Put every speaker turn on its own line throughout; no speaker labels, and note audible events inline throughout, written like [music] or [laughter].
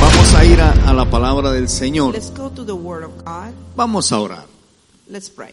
Vamos a ir a, a la palabra del Señor.
Let's go to the Word of God.
Vamos a orar.
Let's pray.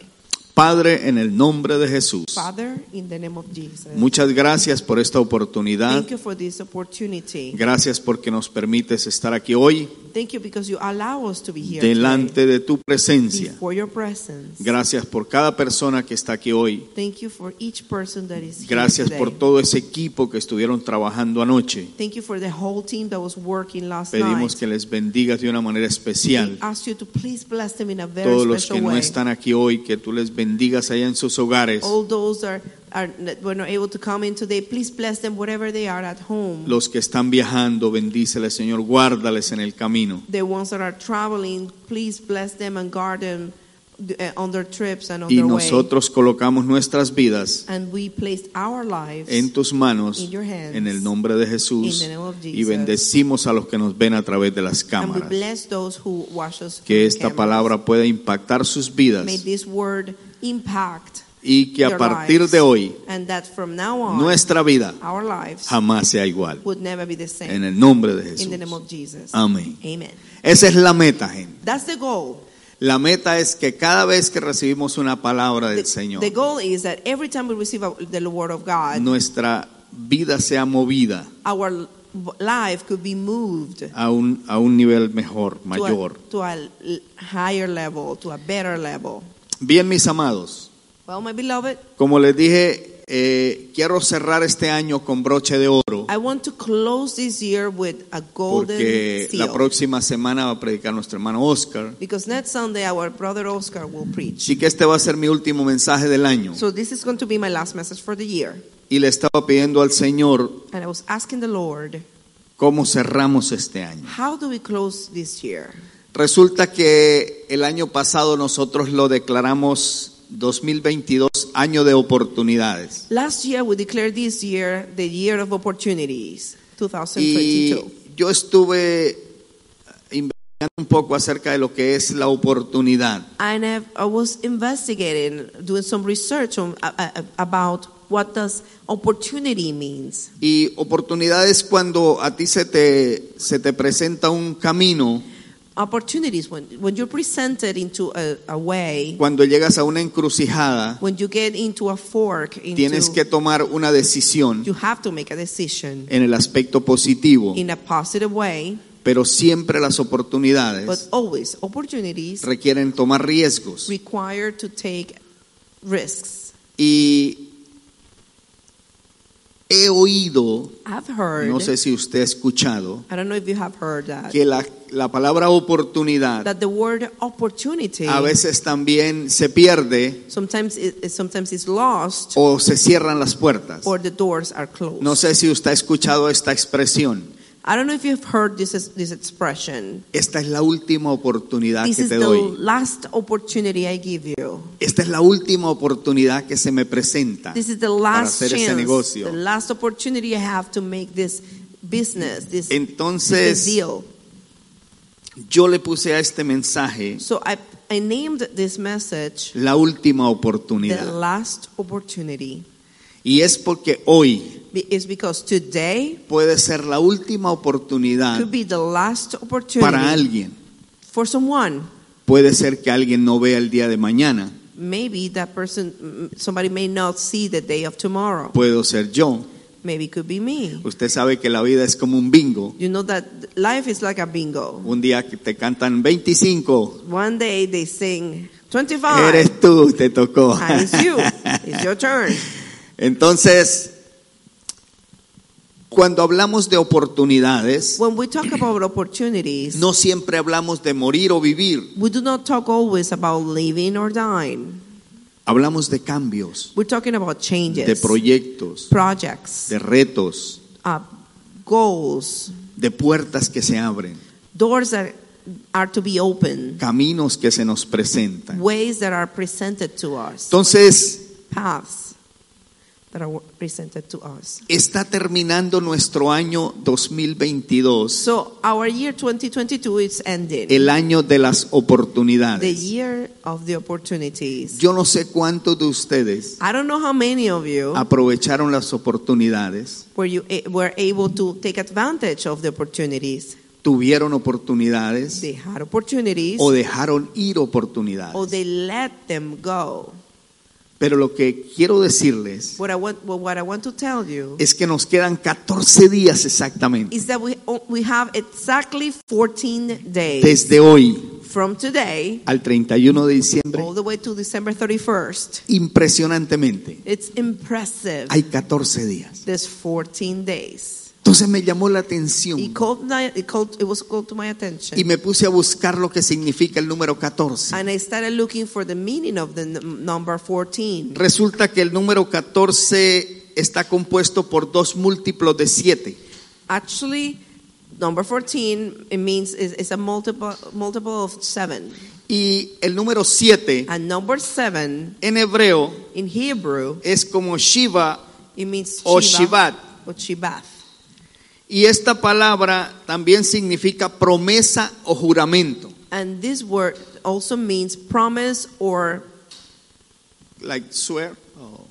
Padre, en el nombre de Jesús,
Father, in the name of Jesus,
muchas gracias por esta oportunidad.
thank you for this opportunity.
Gracias porque nos permites estar aquí hoy
Thank you because you allow us to be here
delante de tu
today,
presencia.
before your presence.
Gracias por cada persona que está aquí hoy.
Thank you for each person that is
Gracias
here
por
today.
todo ese equipo que estuvieron trabajando anoche.
Thank you for the whole team that was working last
Pedimos
night.
que les bendigas de una manera especial.
We ask you to please bless them in a very
Todos los
special
que no
way.
están aquí hoy, que tú les bendigas allá en sus hogares.
All those that are, that were not able to come in today, please bless them wherever they are at home.
Los que están viajando, bendíceles, Señor, guárdales en el camino.
the ones that are traveling, please bless them and guard them uh, on their trips and on
Y
their way.
nosotros colocamos nuestras vidas
And we placed our lives
en tus manos,
In your hands.
en el nombre de Jesús,
In the name of
y
Jesus.
bendecimos a los que nos ven a través de las
and we
cámaras.
bless those who watch us.
Que
through
esta
cameras.
palabra pueda impactar sus vidas
May this word impact
y que a
their
partir
lives.
de hoy
and that from now on
nuestra vida
our lives
jamás sea igual.
would never be the same.
En el nombre de
In
Jesús.
the name of Jesus.
Amén.
Amen.
Esa es la meta, gente.
That's the goal.
La meta es que cada vez que recibimos una palabra del
The,
Señor,
the goal is that every time we receive a- the word of God,
nuestra vida sea movida
our l- life could be moved
a un, a un nivel mejor,
to a-
mayor.
to a, l- higher level, to a better level.
Bien, mis amados,
Well, my beloved,
como les dije, eh, quiero cerrar este año con broche de oro
I want to close this year with a golden
porque la
seal.
próxima semana va a predicar nuestro hermano Oscar.
because next Sunday our brother Oscar will preach.
Así que este va a ser mi último mensaje del año.
So this is going to be my last message for the year.
Y le estaba pidiendo al Señor
And I was asking the Lord,
cómo cerramos este año.
how do we close this year?
Resulta que el año pasado nosotros lo declaramos 2022 año de oportunidades.
Last year we declared this year the year of opportunities,
Y
2022.
yo estuve investigando un poco acerca de lo que es la oportunidad.
And I've, I was investigating, doing some research on, uh, uh, about what does opportunity means.
Y oportunidad es cuando a ti se te, se te presenta un camino,
opportunities when, when you're presented into a, a way
cuando llegas a una encrucijada,
when you get into a fork into,
tienes que tomar una decisión
you have to make a decision
en el aspecto positivo,
in a positive way
pero siempre las
but
oportunidades
always opportunities
requieren tomar riesgos.
require to take risks
Y he oído,
i've heard
no sé si usted ha escuchado,
i don't know if you have heard that
que la, la palabra oportunidad
that the word opportunity
a veces también se pierde
sometimes it, sometimes it's lost
o se cierran las puertas.
or the doors are closed
No sé si usted ha escuchado esta expresión.
i don't know if you've heard this is- this expression
Esta es la última oportunidad
this
que
is
te
the
doy.
last opportunity i give you
Esta es la última oportunidad que se me presenta.
This is the
para
last
hacer ese
chance,
negocio.
the last opportunity I have to make this business, this, this
Entonces,
deal.
yo le puse a este mensaje
So I, I named this message
la última
the
oportunidad.
last opportunity.
Y es porque hoy
Be- It's because today
puede ser la última oportunidad
could be the last
para
opportunity
alguien.
for someone.
Puede ser que alguien no vea el día de mañana.
Maybe that person, mm, somebody may not see the day of tomorrow.
Puedo ser yo.
Maybe it could be me.
Usted sabe que la vida es como un bingo.
You know that life is like a bingo.
Un día que te cantan 25.
One day they sing 25. [laughs]
Eres tú, te tocó. [laughs]
And it's you. It's your turn.
Entonces, Cuando hablamos de oportunidades,
When we talk about opportunities,
no siempre hablamos de morir o vivir,
we do not talk always about living or dying.
hablamos de cambios,
We're talking about changes,
de proyectos,
projects,
de retos,
uh, goals,
de puertas que se abren,
doors that are to be opened,
caminos que se nos presentan.
ways that are presented to us,
Entonces,
paths that are presented to us.
está terminando nuestro año 2022,
So our year 2022 is ending.
el año de las
the
oportunidades.
year of the opportunities.
Yo no sé cuántos de ustedes
I don't know how many of you
Ah. aprovecharon las oportunidades,
were you a- were able to take advantage of the opportunities.
tuvieron oportunidades
They had opportunities,
o dejaron ir
or
oportunidades.
they let them go.
Pero lo que quiero decirles
What I want, well, what I want to tell you
es que nos quedan 14 días exactamente
is that we oh, we have exactly 14 days
desde hoy
from today
al 31 de diciembre.
all the way to December 31st.
Impresionantemente,
It's impressive.
hay 14 días.
There's 14 days.
Entonces me llamó la atención
It called, my- it called, it was called to my attention.
y me puse a buscar lo que significa el número 14.
And I started looking for the meaning of the n- number 14.
Resulta que el número 14 está compuesto por dos múltiplos de 7.
Actually, number 14, it means is it's a multiple, multiple of 7.
Y el número 7
And number 7
en hebreo
in Hebrew,
es como Shiva
it means
o
Oh, Shiva
Shivat.
or Shibath.
Y esta palabra también significa promesa o juramento.
And this word also means promise or
Like swear. o-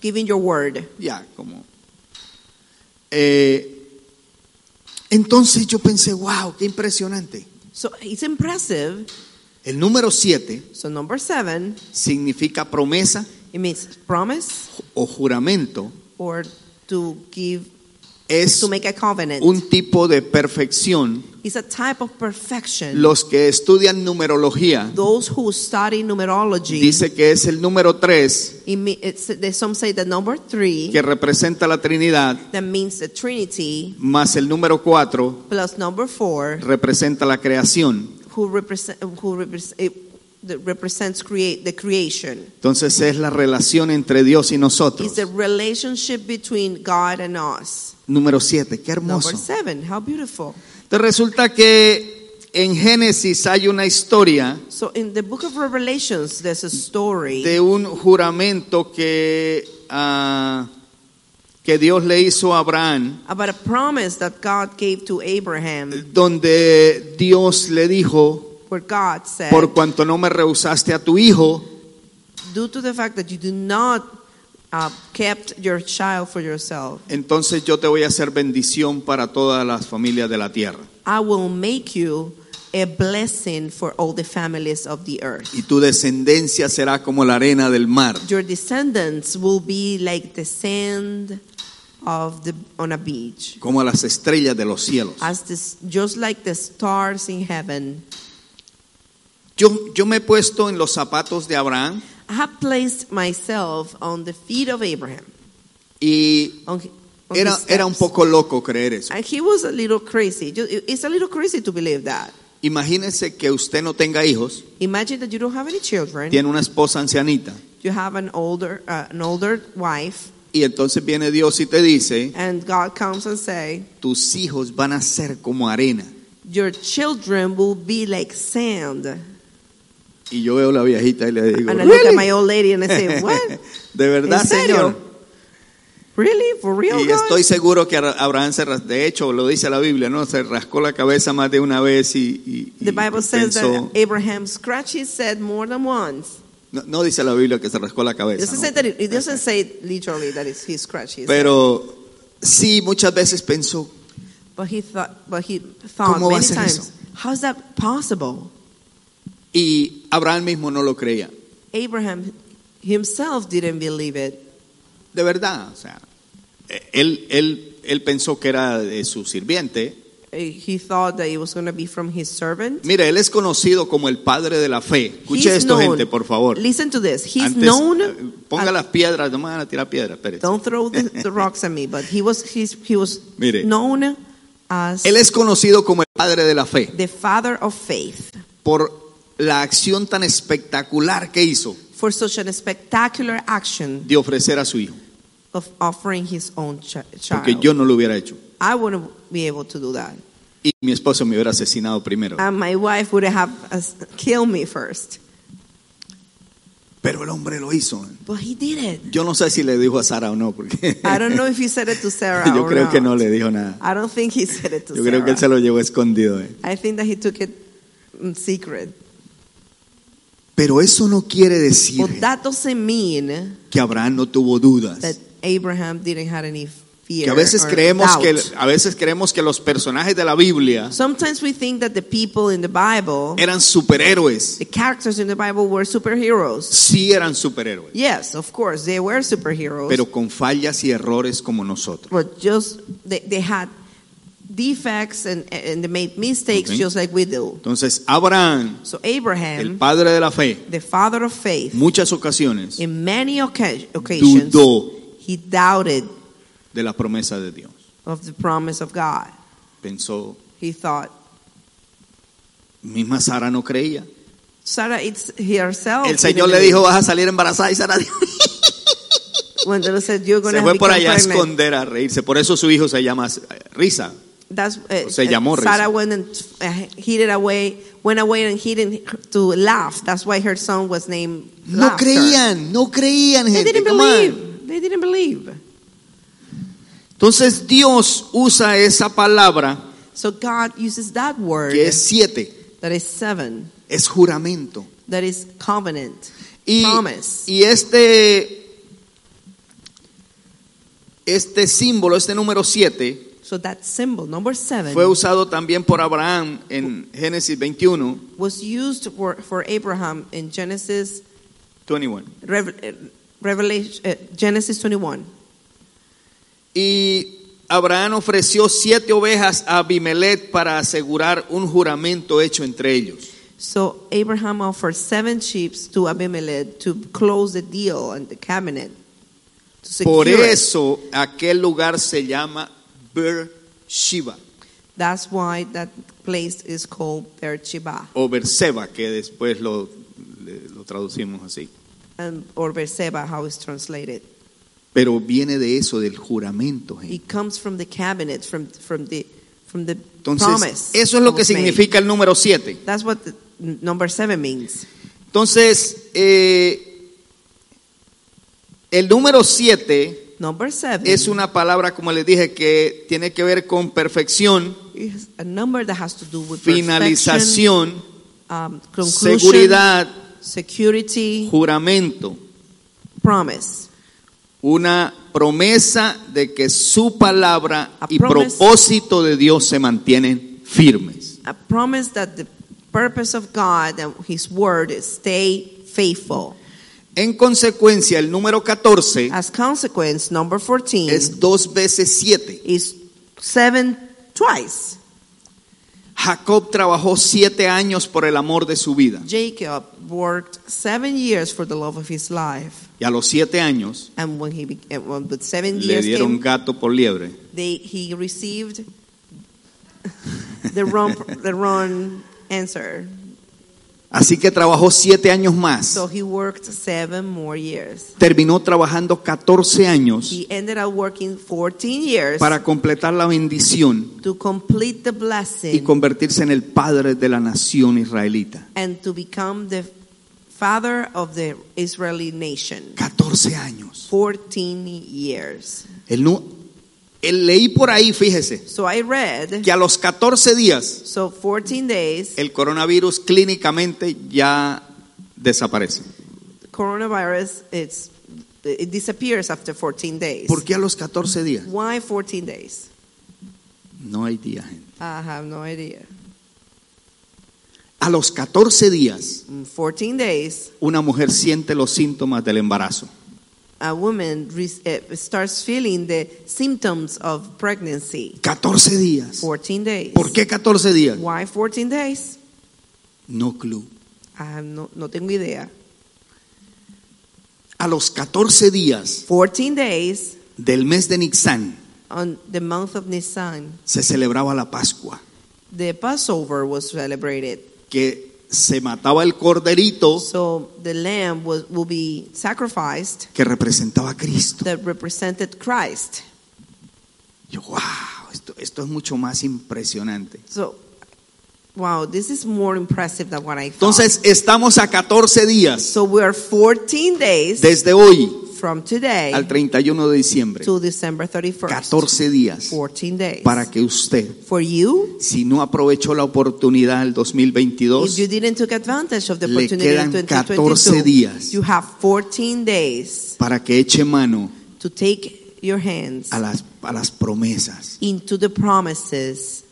giving your word.
Ya, como. Eh, entonces yo pensé, wow, qué impresionante.
So it's impressive.
El número 7
So number 7,
significa promesa
it means promise
o juramento.
or to give,
Es
to make a covenant.
un tipo de perfección.
It's a type of perfection.
Los que estudian numerología
Those who study numerology,
dice que es el número 3
it me- it's- they- some say the number three,
que representa la Trinidad,
that means the Trinity,
más el número 4
plus number four,
representa la creación.
who represent who repres- eh, that represents create the creation.
Entonces es la relación entre Dios y nosotros.
It's the relationship between God and us.
Número 7, qué
Number
hermoso.
seven, how beautiful.
Te resulta que en Génesis hay una historia
So in the book of Revelations, there's a story
de un juramento que, ah, que Dios le hizo a Abraham,
about a promise that God gave to Abraham,
donde Dios le dijo,
where God said,
por cuanto no me rehusaste a tu hijo,
due to the fact that you do not uh, kept your child for yourself,
entonces yo te voy a hacer bendición para todas las familias de la tierra.
I will make you a blessing for all the families of the earth.
Y tu descendencia será como la arena del mar.
Your descendants will be like the sand of the on a beach,
como las estrellas de los cielos.
as this, just like the stars in heaven.
Yo, yo me he puesto en los zapatos de Abraham
I have placed myself on the feet of Abraham.
y
On, hi- on
era,
his
era un
steps.
poco loco creer eso.
And he was a little crazy. Ju- It's a little crazy to believe that.
Imagínese que usted no tenga hijos,
Imagine that you don't have any children.
tiene una esposa ancianita
You have an older uh, an older wife,
y entonces viene Dios y te dice,
and God comes and say,
tus hijos van a ser como arena.
"Your children will be like sand."
Y yo veo a la viejita y le digo,
and I look at
"¿Really?
my old lady and
[laughs]
I say, "What?
¿De verdad,
¿En serio?
Señor?
really? For real?"
Y
God?"
estoy seguro que Abra- Abraham se ras- de hecho lo dice la Biblia, ¿no? Se rascó la cabeza más de una vez y, y- y
The Bible says
pensó-
that Abraham scratched his head more than once.
no, no dice la Biblia que se rascó la
It
cabeza.
doesn't
¿no?
say that it, it doesn't say literally that it's, he scratched his head,
Pero sí, muchas veces pensó,
but he thought, but he thought
¿Cómo va a
many
ser
times,
eso?
"How is that possible?"
y Abraham mismo no lo creía.
Abraham himself didn't believe it.
De verdad, o sea, él, él, él pensó que era de su sirviente,
uh, he thought that it was going to be from his servant.
Mira, él es conocido como el padre de la fe. Escuche
He's
esto,
known-
gente, por favor.
Listen to this. He's
Antes, eh,
known.
ponga las piedras, no me van a tirar piedras, espérese.
Don't throw the, the rocks at me, but he was he's, he was
Mire.
known as
Él es conocido como el padre de la fe
the father of faith
por la acción tan espectacular que hizo
for such a spectacular action
de ofrecer a su hijo,
of offering his own ch- child.
porque yo no lo hubiera hecho.
I wouldn't be able to do that,
Y mi esposo me hubiera asesinado primero.
and my wife would have as- killed me first.
Pero el hombre lo hizo.
But he did it.
Yo no sé si le dijo a Sara o no, porque
I don't know
[laughs]
if he said it to Sarah.
yo
or
creo
not.
que no le dijo nada.
I don't think he said it to
Yo
Sarah.
creo que él se lo llevó escondido. eh.
I think that he took it in secret.
Pero eso no quiere decir
But that doesn't mean
que Abraham no tuvo dudas.
that Abraham didn't have any fear.
Que a veces
or
creemos
doubt.
que a veces creemos que los personajes de la Biblia
Sometimes we think that the people in the Bible,
eran superhéroes.
the characters in the Bible, were superheroes.
Sí eran superhéroes,
Yes, of course, they were superheroes.
pero con fallas y errores como nosotros.
but just they, they had defects and, and they made mistakes
Okay.
just like we do.
Entonces, Abraham,
So
el
Abraham,
padre de la fe,
the father of faith,
muchas ocasiones
in many occa- occasions,
dudó
he doubted
de la promesa de Dios.
of the promise of God.
Pensó,
He thought
misma Sara no creía.
Sarah, it's herself.
El Señor le dijo, vas a salir embarazada y Sara dijo,
when the Lord said you're going
se
to
fue
become
por allá a
pregnant.
esconder, a reírse. Por eso su hijo se llama eh, Risa.
That's uh,
Se llamó risa.
Sarah went and uh, hid it away, went away and hidden to laugh. That's why her son was named.
No
Laughter.
creían, no creían,
They
gente.
didn't
come on.
believe. They didn't believe.
Entonces Dios usa esa palabra
So God uses that word
que es siete,
that is seven,
es juramento.
that is covenant,
Y,
promise.
y este, este símbolo, este número siete,
So that symbol, number seven,
fue usado también por Abraham en Génesis 21,
was used for, for Abraham in Genesis,
21.
Rev, uh, Revelation, uh, Genesis 21.
Y Abraham ofreció siete ovejas a Abimelech para asegurar un juramento hecho entre ellos.
So Abraham offered seven sheep to Abimelech to close the deal and the cabinet. To secure
Por
it.
eso aquel lugar se llama Beersheba
That's why that place is called Beersheba
o Berseba, que después lo, le- lo traducimos así.
and um, or Beersheba, how it's translated.
Pero viene de eso, del juramento. gente.
It comes from the cabinet, from from the from the
Entonces,
promise.
eso es lo
that
que
was made.
significa el número siete.
That's what the, n- number seven means.
Entonces, eh, el número siete
Number seven
es una palabra, como les dije, que tiene que ver con perfección,
is a number that has to do with perfection,
finalización,
um, conclusion,
seguridad,
security,
juramento.
promise.
Una promesa de que su palabra
A
y
promise.
propósito de Dios se mantienen firmes.
a promise that the purpose of God and His word is stay faithful.
En consecuencia, el número 14
As consequence, number 14
es dos veces siete.
is seven twice.
Jacob trabajó siete años por el amor de su vida.
Jacob worked seven years for the love of his life.
Y a los siete años
And when he became, when the seven
le
years
dieron
came,
gato por liebre.
they, he received the wrong, the wrong answer.
Así que trabajó siete años más.
So he worked seven more years.
Terminó trabajando 14 años
He ended up working 14 years
para completar la bendición
to complete the blessing.
y convertirse en el padre de la nación israelita.
and to become the father of the Israeli nation.
14 años.
14 years.
Él no, él leí por ahí, fíjese,
So I read,
que a los 14 días
so 14 days,
el coronavirus clínicamente ya desaparece.
coronavirus, it's, it disappears after 14 days.
¿Por qué a los 14 días?
Why 14 days?
No hay día, gente.
I have no idea.
A los 14 días
Mm, 14 days,
una mujer siente los síntomas del embarazo.
a woman re- eh, starts feeling the symptoms of pregnancy.
14 días.
14 days.
¿Por qué 14 días?
Why 14 days?
No clue.
I have no, no tengo idea.
A los 14 días
14 days
del mes de Nixán
on the month of Nisan,
se celebraba la Pascua,
the Passover was celebrated.
que se mataba el corderito
So the lamb was, will be sacrificed
que representaba a Cristo.
that represented Christ.
Yo, wow, esto, esto es mucho más impresionante.
So, wow, this is more impressive than what I thought.
Entonces, estamos a 14 días
so we are 14 days
desde hoy
from today
al 31 de diciembre.
to December 31st.
14 días
14 days.
para que usted,
For you,
si no aprovechó la oportunidad del
if
2022,
you didn't take advantage of the
Le
opportunity in
quedan 14 días.
2022, you have 14 days
para que eche mano
to take your hands
a las, a las promesas.
into the promises,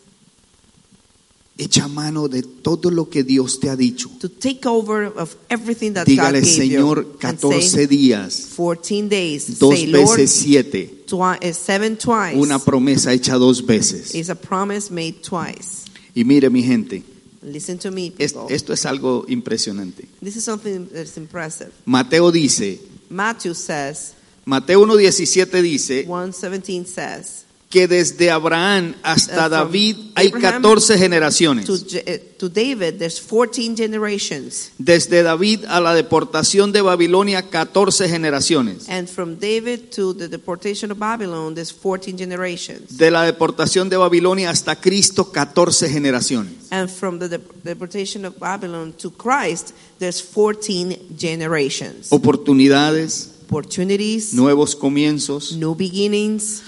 Echa mano de todo lo que Dios te ha dicho.
to take over of everything that
Dígale,
God gave
Señor,
you. And say,
14 días,
14 days.
dos
say, Lord,
veces siete.
twi- eh, seven twice.
Una promesa hecha dos veces.
is a promise made twice.
Y mire, mi gente,
Listen to me,
es-
people.
esto es algo impresionante.
this is something that's impressive.
Mateo dice,
Matthew says,
Mateo 1.17 dice
117 says,
que desde Abraham hasta
Uh, from
David hay
Abraham
14 generaciones.
to, J- eh, to David, there's 14 generations.
Desde David a la deportación de Babilonia, 14 generaciones.
And from David to the deportation of Babylon, there's 14 generations.
De la deportación de Babilonia hasta Cristo, 14 generaciones.
And from the dep- deportation of Babylon to Christ, there's 14 generations.
Oh. Oportunidades,
Opportunities,
nuevos comienzos.
new beginnings.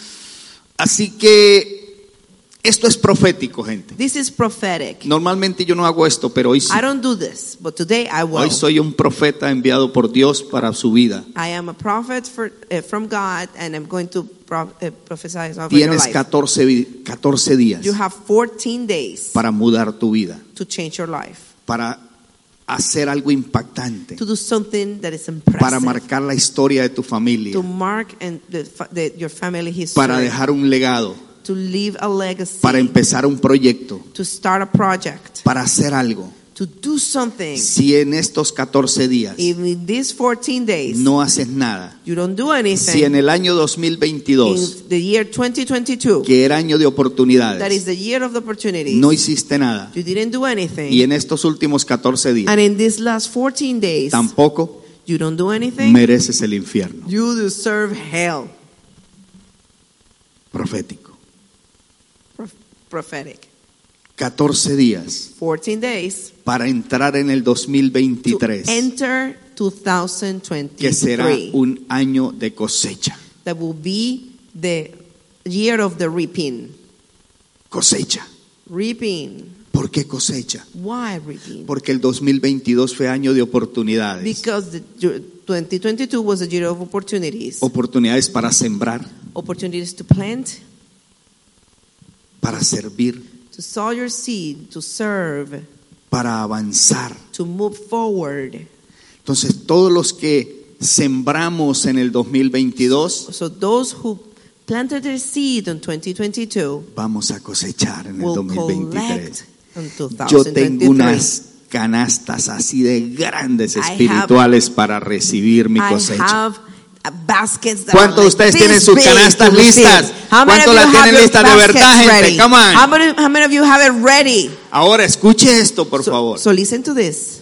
Así que esto es profético, gente.
This is prophetic.
Normalmente yo no hago esto, pero hoy sí.
I don't do this, but today I will.
Hoy soy un profeta enviado por Dios para su vida.
I am a prophet for, eh, from God, and I'm going to pro- eh, prophesy over your
Tienes
life.
14, vi- 14 días
You have 14 days
para mudar tu vida,
to change your life,
para hacer algo impactante,
to do something that is impressive,
para marcar la historia de tu familia,
to mark and the, fa- the, your family history,
para dejar un legado,
to leave a legacy,
para empezar un proyecto,
to start a project,
para hacer algo.
to do something.
Si en estos 14 días
If in these 14 days
no haces nada,
you don't do
si
anything,
en el año 2022,
in the year 2022,
que era año de
that is
oportunidades,
the year of the opportunities,
no hiciste nada,
you didn't do anything,
y en estos últimos 14 días
and in these last 14 days,
tampoco,
you don't do anything,
mereces el infierno.
You deserve hell.
Profético.
Prophetic.
14 días
14 days
para entrar en el
to
2023,
enter
que será
2023.
un año de cosecha.
That will be the year of the reaping.
Cosecha.
Reaping.
¿Por qué cosecha?
Why reaping?
Porque el 2022 fue año de oportunidades.
Because the year- 2022 was a year of opportunities.
Oportunidades para sembrar,
Opportunities to plant,
para servir,
to sow your seed, to serve,
para avanzar.
to move forward.
Entonces, todos los que sembramos en el 2022,
So those who planted their seed in 2022
vamos a cosechar en el
will
2023.
collect in
Yo tengo
2023.
unas canastas así de grandes
I have-
espirituales para recibir mi
I
cosecha.
have baskets that
¿Cuántos de
are like
ustedes
this
tienen sus
big
canastas
to receive?
listas?
How many of
¿Cuántos
you
las
have
tienen
your
listas de verdad,
baskets
gente?
ready?
Come on.
How many, how many of you have it ready?
Ahora escuche esto, por
so,
favor.
so listen to this.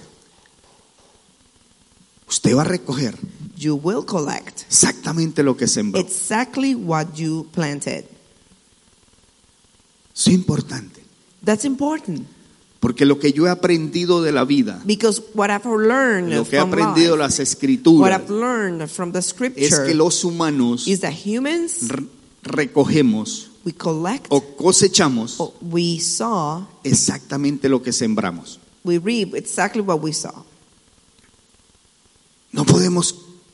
Usted va a recoger
You will collect
exactamente lo que sembró.
exactly what you planted.
Es importante,
That's important
porque lo que yo he aprendido de la vida,
because what I've learned
lo que he
from
aprendido de las
life, what
escrituras,
I've learned from the scripture
es que los humanos
is that humans
re- recogemos
we collect
o cosechamos
what we saw,
exactamente lo que sembramos.
we reap exactly what we saw.
No podemos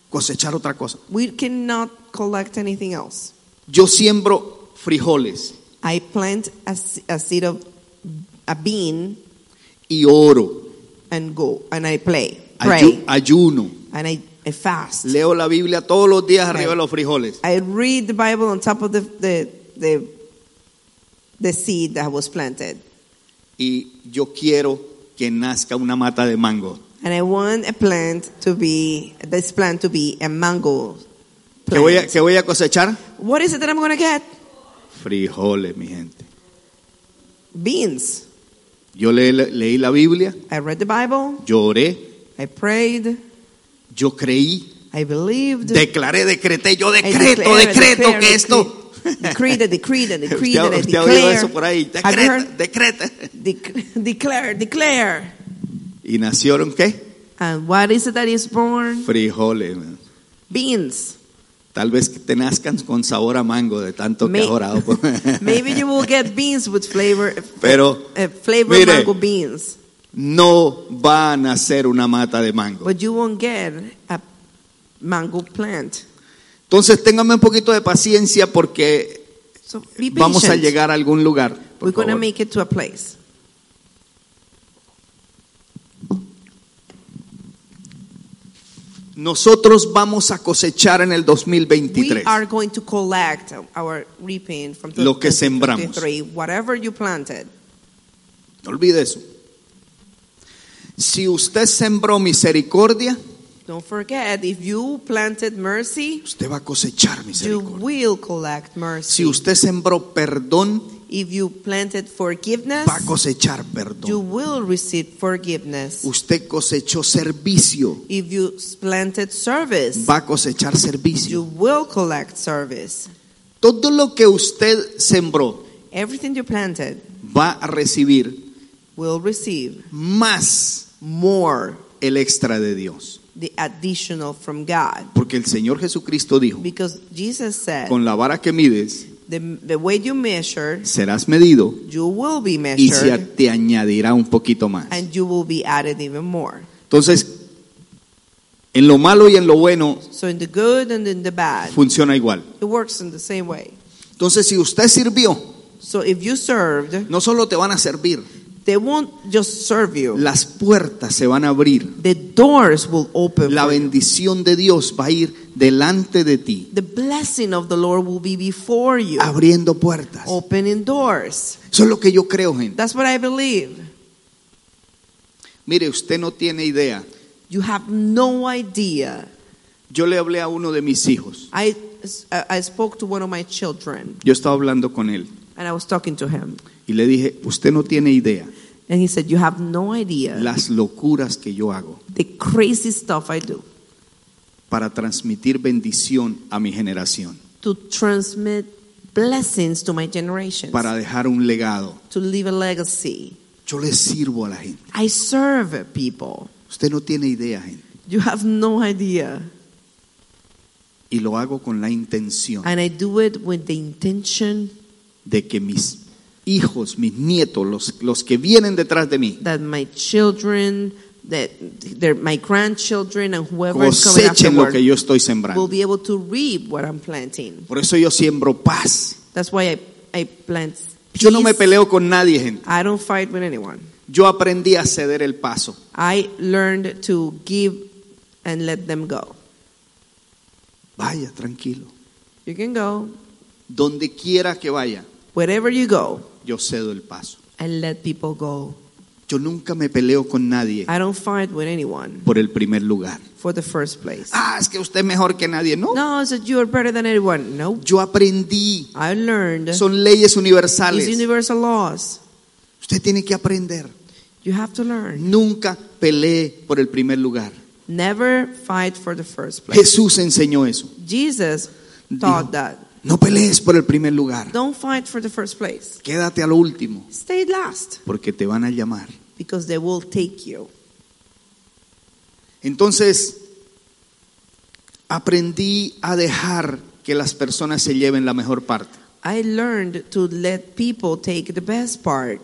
cosechar otra cosa.
We cannot collect anything else.
Yo siembro frijoles
I plant a, s- a seed of a bean
y oro,
and go and I play,
ayu-
pray,
ayuno,
and I a fast.
Leo la Biblia todos los días arriba de los frijoles.
I read the Bible on top of the the the, the seed that was planted,
Y yo quiero que nazca una mata de mango.
and I want a plant to be this plant to be a mango.
¿Qué voy a,
plant.
qué voy a cosechar?
What is it that I'm gonna get?
Frijoles, mi gente.
Beans.
Yo le- leí la Biblia,
I read the Bible.
yo oré,
I prayed.
yo creí,
I believed.
declaré, decreté, yo
I
decreto,
declare,
decreto
declare,
que
decree-
esto...
Decree that, decree
[laughs]
that, decree
Usted ha-
that, I
usted ha oído
declare.
eso por ahí,
Have you
decreta,
heard?
decreta.
Dec- [laughs] declare, declare.
¿Y nacieron qué?
And what is it that is born?
Frijoles. man. [laughs]
Beans.
Tal vez que te nazcan con sabor a mango de tanto que
May-
has orado. por-
[laughs] Maybe you will get beans with flavor,
[laughs] Pero
uh, flavor
Mire.
mango beans,
no va a nacer una mata de mango.
but you won't get a mango plant.
Entonces téngame un poquito de paciencia porque
So be patient.
vamos a llegar a algún lugar. por
We're gonna
favor.
make it to a place.
Nosotros vamos a cosechar en el
We
2023.
are going to collect our reaping from
Lo que sembramos.
2023, Whatever you planted.
No olvide eso. Si usted sembró misericordia,
Don't forget, if you planted mercy,
usted va a cosechar
you
misericordia.
will collect mercy.
Si usted sembró perdón,
If you planted forgiveness,
va a cosechar
you
perdón.
will receive forgiveness.
Usted cosechó servicio,
If you planted service,
va a cosechar
you
servicio.
will collect service.
Todo lo que usted sembró
Everything you planted
va a recibir
will receive
más
more
el extra de Dios.
the additional from God.
Porque el Señor Jesucristo dijo,
Because Jesus said,
con la vara que mides
the, the way you measure,
serás medido
you will be
y se
measured
te añadirá un poquito más.
and you will be added even more.
Entonces, en lo malo y en lo bueno
So in the good and in the bad,
funciona igual.
it works in the same way.
Entonces, si usted sirvió,
So if you served,
no solo te van a servir,
they won't just serve you.
las puertas se van a abrir.
The doors will open.
La
for you.
bendición de Dios va a ir delante de ti,
The blessing of the Lord will be before you,
abriendo puertas.
opening doors.
Eso es lo que yo creo, gente.
That's what I believe.
Mire, usted no tiene idea.
You have no idea.
Yo le hablé a uno de mis hijos.
I, I spoke to one of my children
Yo estaba hablando con él
and I was talking to him.
y le dije, usted no tiene idea
And he said, You have no idea
las locuras que yo hago
the crazy stuff I do
para transmitir bendición a mi generación,
to transmit blessings to my generations,
para dejar un legado.
to leave a legacy.
Yo le sirvo a la gente.
I serve people.
Usted no tiene idea, gente.
You have no idea.
Y lo hago con la intención
And I do it with the intention
de que mis hijos, mis nietos, los, los que vienen detrás de mí,
that my children, that their, my grandchildren, and whoever is coming
cosechen lo
afterward
que yo estoy
will
sembrando.
be able to reap what I'm planting.
Por eso yo siembro paz.
That's why I, I plant.
Yo no me
peace.
peleo con nadie, gente.
I don't fight with anyone.
Yo aprendí a ceder el paso.
I learned to give and let them go.
Vaya, tranquilo.
You can go
Donde quiera que vaya,
wherever you go
yo cedo el paso.
and let people go.
Yo nunca me peleo con nadie
I don't fight with anyone
por el primer lugar.
for the first place.
Ah, es que usted es mejor que nadie. No,
No, I said you are better than anyone. No,
yo aprendí.
I learned
Son leyes
these
universales.
universal laws.
Usted tiene que aprender.
You have to learn.
Nunca pelee por el primer lugar.
Never fight for the first place.
Jesús enseñó eso.
Jesus
Dijo,
taught that.
no pelees por el primer lugar.
Don't fight for the first place.
Quédate a lo último,
Stay last
porque te van a llamar.
because they will take you.
Entonces, aprendí a dejar que las personas se lleven la mejor parte,
I learned to let people take the best part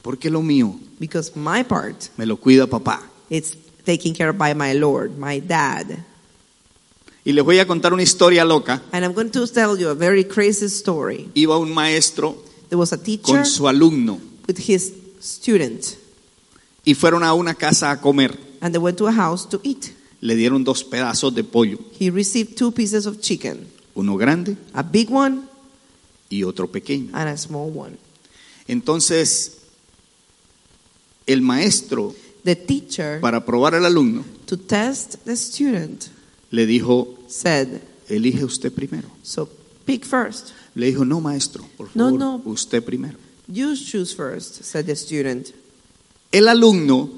porque lo mío
because my part
me lo cuida papá.
it's taken care of by my Lord, my dad.
Y les voy a contar una historia loca.
And I'm going to tell you a very crazy story.
Iba un maestro
There was a teacher
con su alumno
with his student
y fueron a una casa a comer.
and they went to a house to eat.
le dieron dos pedazos de pollo,
He received two pieces of chicken,
uno grande
a big one
y otro pequeño.
and a small one.
Entonces, el maestro,
The teacher,
para probar al alumno,
to test the student,
le dijo,
said,
elige usted primero.
So pick first.
Le dijo, no, maestro, por
No,
favor,
no.
usted primero.
You choose first, said the student.
El alumno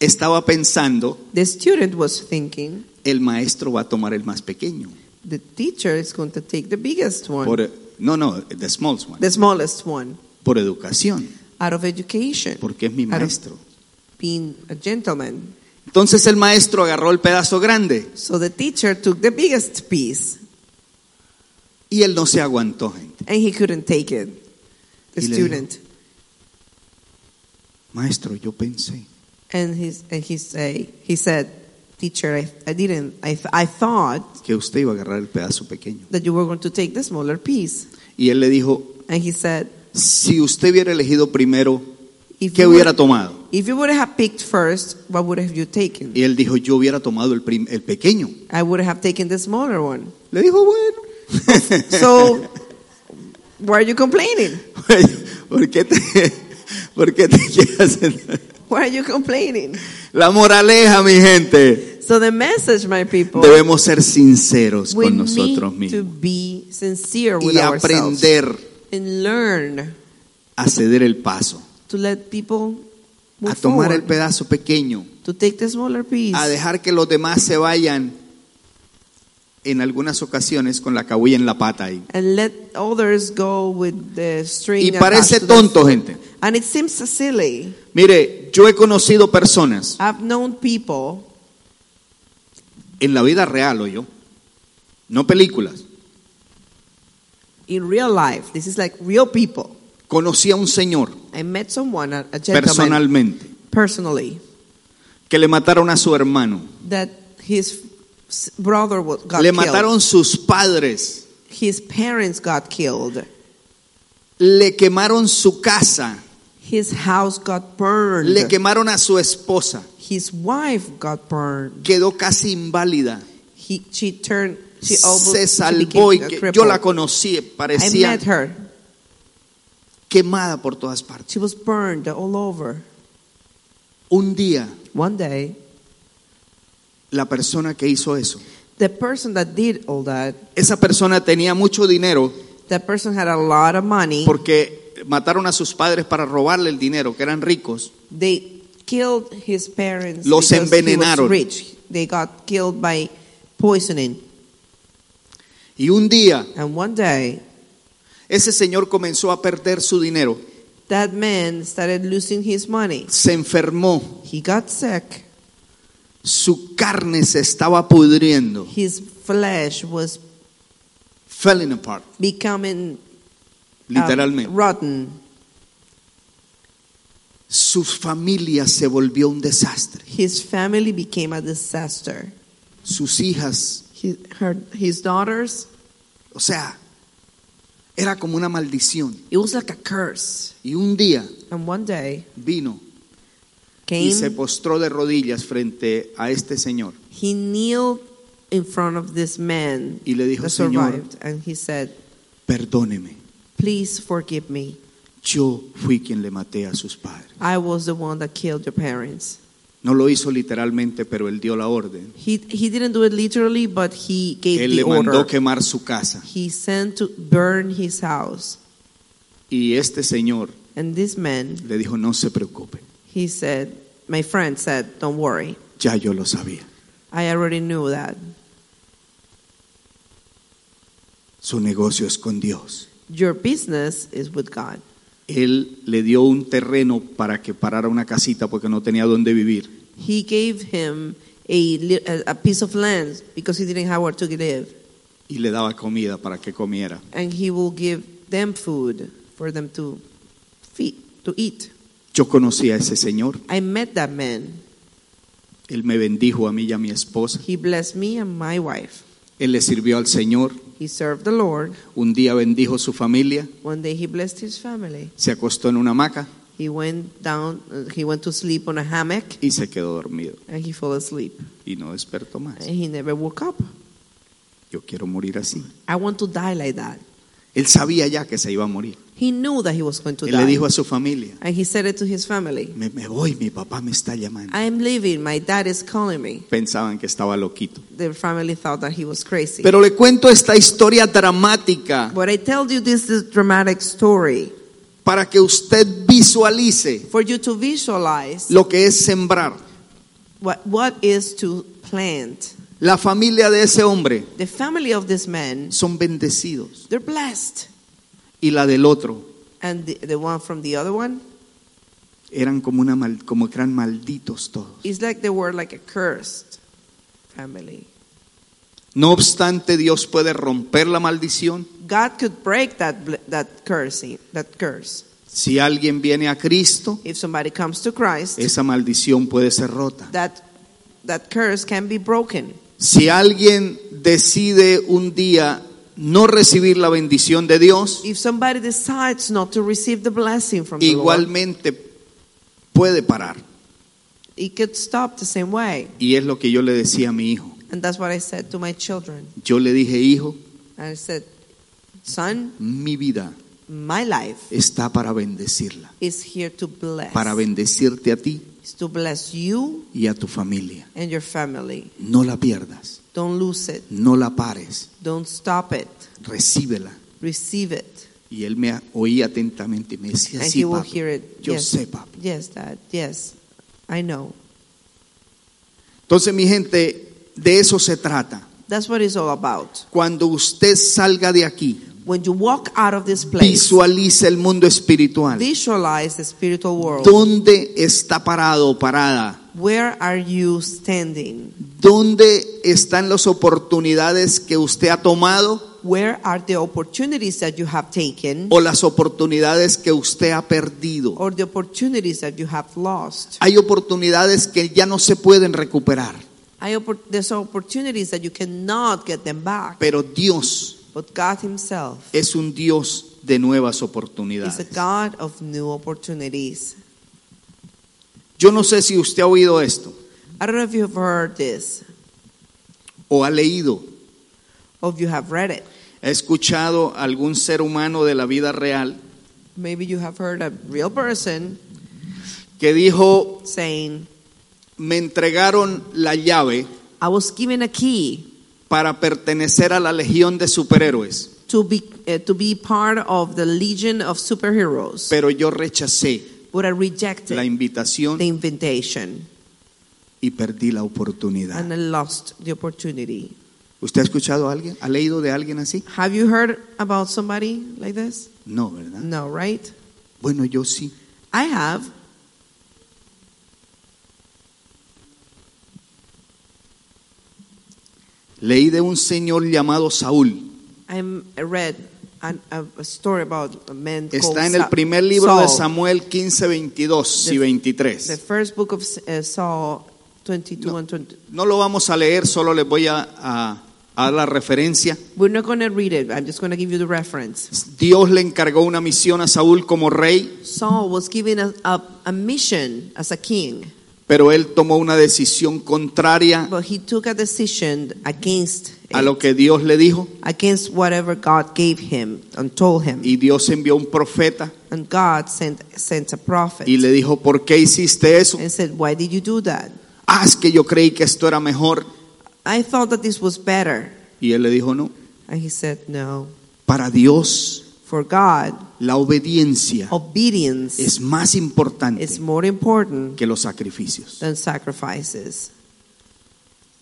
estaba pensando,
The student was thinking,
el maestro va a tomar el más pequeño.
The teacher is going to take the biggest one,
Por, no, no, the small one.
the smallest one,
Por educación,
out of education,
porque es mi
Claro.
maestro.
being a gentleman.
Entonces el maestro agarró el pedazo grande
So the teacher took the biggest piece
y él no se aguantó, gente.
and he couldn't take it. The
Y le dijo-
student.
Maestro, yo pensé.
And, he's, and he, say, he said, Teacher, I, I didn't, I, I thought
que usted iba a agarrar el pedazo pequeño.
that you were going to take the smaller piece.
Y él le dijo,
And he said,
si usted hubiera elegido primero,
If
¿qué
you,
hubiera
would,
tomado?
if you would have picked first, what would have you taken?
Y él dijo, yo hubiera tomado el, prim- el pequeño.
I would have taken the
[laughs]
smaller one.
Le dijo, bueno.
[laughs] So, why are you complaining?
[laughs] ¿Por qué te, por qué te quedas en-
Why are you complaining?
La moraleja, mi gente.
So the message, my people,
Debemos ser sinceros
we
con nosotros
need to
mismos
be sincere with
y
ourselves
aprender
and learn
a ceder el paso,
to let people move
a tomar el
forward,
pedazo pequeño,
to take the smaller piece,
a dejar que los demás se vayan en algunas ocasiones con la cabulla en la pata ahí.
and let others go with the string.
Y
attached to
parece
their
tonto,
foot.
gente.
And it seems silly.
Mire, yo he conocido personas
I've known people
en la vida real, o yo, no películas.
in real life. This is like real people.
Conocí a un señor
I met someone, a, a gentleman,
personalmente
personally,
que le mataron a su hermano,
that his s- brother was, got
le
killed.
mataron sus padres,
His parents got killed.
le quemaron su casa,
His house got burned.
le quemaron a su esposa,
His wife got burned.
quedó casi inválida,
He, she turned. She almost
se
she
salvó y
became a
que yo
cripple.
la conocí,
I
parecía
met her.
quemada por todas partes.
She was burned all over.
Un día
One day,
la persona que hizo eso,
the person that did all that,
esa persona tenía mucho dinero
that person had a lot of money.
porque mataron a sus padres para robarle el dinero, que eran ricos.
They killed his parents.
Los
because he was
envenenaron.
rich. They got killed by poisoning.
Y un día
And one day,
ese señor comenzó a perder su dinero,
that man started losing his money.
se enfermó,
He got sick.
su carne se estaba pudriendo,
His flesh was
falling apart,
becoming um,
literalmente.
rotten. Ah.
Su familia se volvió un desastre,
His family became a disaster.
sus hijas,
His, her, his daughters,
o sea, era como una maldición.
it was like a curse.
Y un día
And one day
vino y se
came,
postró de rodillas frente a este señor
he kneeled in front of this man
y le dijo,
that
Señor,
survived, and he said,
perdóneme,
"Please forgive me.
yo fui quien le maté a sus padres.
I was the one that killed your parents."
No lo hizo literalmente, pero él dio la orden.
He he didn't do it literally, but he gave
Él
the
le
order.
mandó quemar su casa.
He sent to burn his house,
Y este señor
and this man,
le dijo, no se preocupe,
he said, "My friend said, don't worry.
ya yo lo sabía.
I already knew that."
Su negocio es con Dios.
Your business is with God.
Él le dio un terreno para que parara una casita porque no tenía dónde vivir.
He gave him a, li- a- a piece of land because he didn't have where to live,
Y le daba comida para que comiera.
and he will give them food for them to feed, to eat.
Yo conocí a ese señor.
I met that man.
Él me bendijo a mí y a mi esposa.
He blessed me and my wife.
Él le sirvió al Señor.
He served the Lord.
Un día bendijo su familia.
One day he blessed his family.
Se acostó en una hamaca
He went down, uh, he went to sleep on a hammock
y se quedó dormido
and he fell asleep.
y no despertó más.
And he never woke up.
Yo quiero morir así.
I want to die like that.
Él sabía ya que se iba a morir.
He knew that he was going to
Él
die.
le dijo a su familia,
and he said it to his family.
me, me voy, mi papá me está llamando.
I am leaving. My dad is calling me.
Pensaban que estaba loquito.
The family thought that he was crazy.
Pero le cuento esta historia dramática
but I tell you this is dramatic story
para que usted visualice
for you to visualize
lo que es sembrar.
what, what is to plant.
La familia de ese hombre
The family of this man,
son bendecidos
they're blessed.
y la del otro
And the, the one from the other one
eran como una mal- como que eran malditos todos.
is like they were like a cursed family.
No obstante, Dios puede romper la maldición
God could break that bl- that cursing, that curse.
si alguien viene a Cristo,
If somebody comes to Christ,
esa maldición puede ser rota.
that that curse can be broken.
Si alguien decide un día no recibir la bendición de Dios,
If somebody decides not to receive the blessing from the Lord,
igualmente puede parar.
it could stop the same way.
Y es lo que yo le decía a mi hijo.
And that's what I said to my children.
Yo le dije, hijo,
I said, son,
mi vida
my life
está para bendecirla,
is here to bless,
para bendecirte a ti
is to bless you
y a tu familia.
and your family.
No la pierdas,
Don't lose it.
no la pares,
Don't stop it.
recíbela.
Receive it.
Y él me oía atentamente y me decía,
and
sí,
he will
papi,
hear it.
yo
yes.
sé, papi.
Yes, Dad. Yes, I know.
Entonces, mi gente, de eso se trata.
That's what it's all about.
Cuando usted salga de aquí,
When you walk out of this place,
visualice el mundo espiritual.
visualize the spiritual world.
¿Dónde está parado o parada?
Where are you standing?
¿Dónde están las oportunidades que usted ha tomado
Where are the opportunities that you have taken
o las oportunidades que usted ha perdido?
or the opportunities that you have lost?
Hay oportunidades que ya no se pueden recuperar,
I oppor- there's opportunities that you cannot get them back.
pero Dios
But God Himself
es un Dios de nuevas
is a
oportunidades.
God of new opportunities.
Yo no sé si usted ha oído esto
I don't know if you've heard this
o ha leído,
or if you have read it.
ha escuchado a algún ser humano de la vida real
Maybe you have heard a real person
que dijo,
saying,
me entregaron la llave
I was given a key
para pertenecer a la legión de superhéroes,
to be, uh, to be part of the legion of superheroes,
pero yo rechacé
but I
la
rejected
invitación
the invitation
y perdí la oportunidad.
and I lost the opportunity.
¿Usted ha escuchado a alguien? ¿Ha leído de alguien así?
Have you heard about somebody like this?
No, ¿verdad?
No, right?
Bueno, yo sí.
I have.
Leí de un señor llamado Saúl.
I'm, I read an, a, a story about a man called
Está en el
Sa-
primer libro de
Saul.
Samuel 15, 22 y
The- The
23.
first book of uh, Saul, 22
No.
and 20.
No lo vamos a leer, solo les voy a, a- a dar la referencia.
We're not going to read it. I'm just going to give you the reference.
Dios le encargó una misión a Saúl como rey,
Saul was given a, a, a mission as a king,
pero él tomó una decisión contraria
but he took a decision against
a
it,
lo que Dios le dijo
against whatever God gave him and told him.
y Dios envió un profeta
And God sent sent a prophet
y le dijo, ¿por qué hiciste eso?
and said, "Why did you do that?
Ah, es que yo creí que esto era mejor.
I thought that this was better."
Y él le dijo, no,
And he said, "No.
para Dios
For God,
la
Oh,
obediencia
obedience
es más importante
is more important
que los sacrificios.
than sacrifices."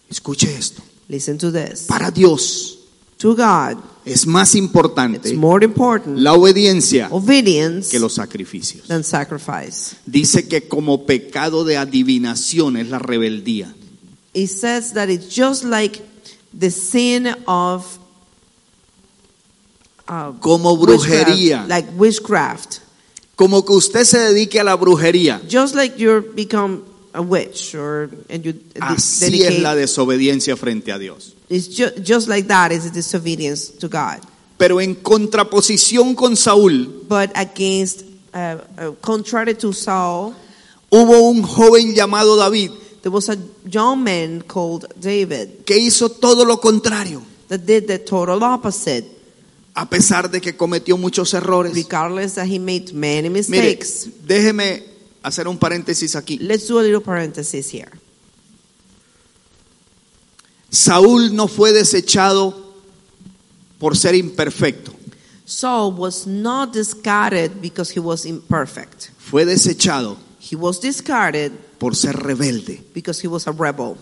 Escuche esto,
Listen to this.
para Dios
To God,
es más
it's
importante
more important
la obediencia
obedience
que los sacrificios.
than sacrifice.
Dice que como pecado de adivinación es la rebeldía.
it says that it's just like the sin of uh,
Como brujería.
witchcraft, like witchcraft.
Como que usted se dedique a la brujería.
Just like you become a witch, or and you de-
Así es
dedicate.
la desobediencia frente a Dios.
it's ju- just like that is a disobedience to God,
Pero en contraposición con Saúl,
but against uh, uh, uh, contrary to Saul,
Hubo un joven llamado David
there was a young man called David
que hizo todo lo contrario,
that did the total opposite,
a pesar de que cometió muchos errores.
regardless that he made
Mire,
many mistakes.
déjeme hacer un paréntesis aquí.
Let's do a little parenthesis here.
Saúl no fue desechado por ser imperfecto,
Saul was not discarded because he was imperfect.
fue desechado
He was discarded
por ser rebelde.
because he was a rebel.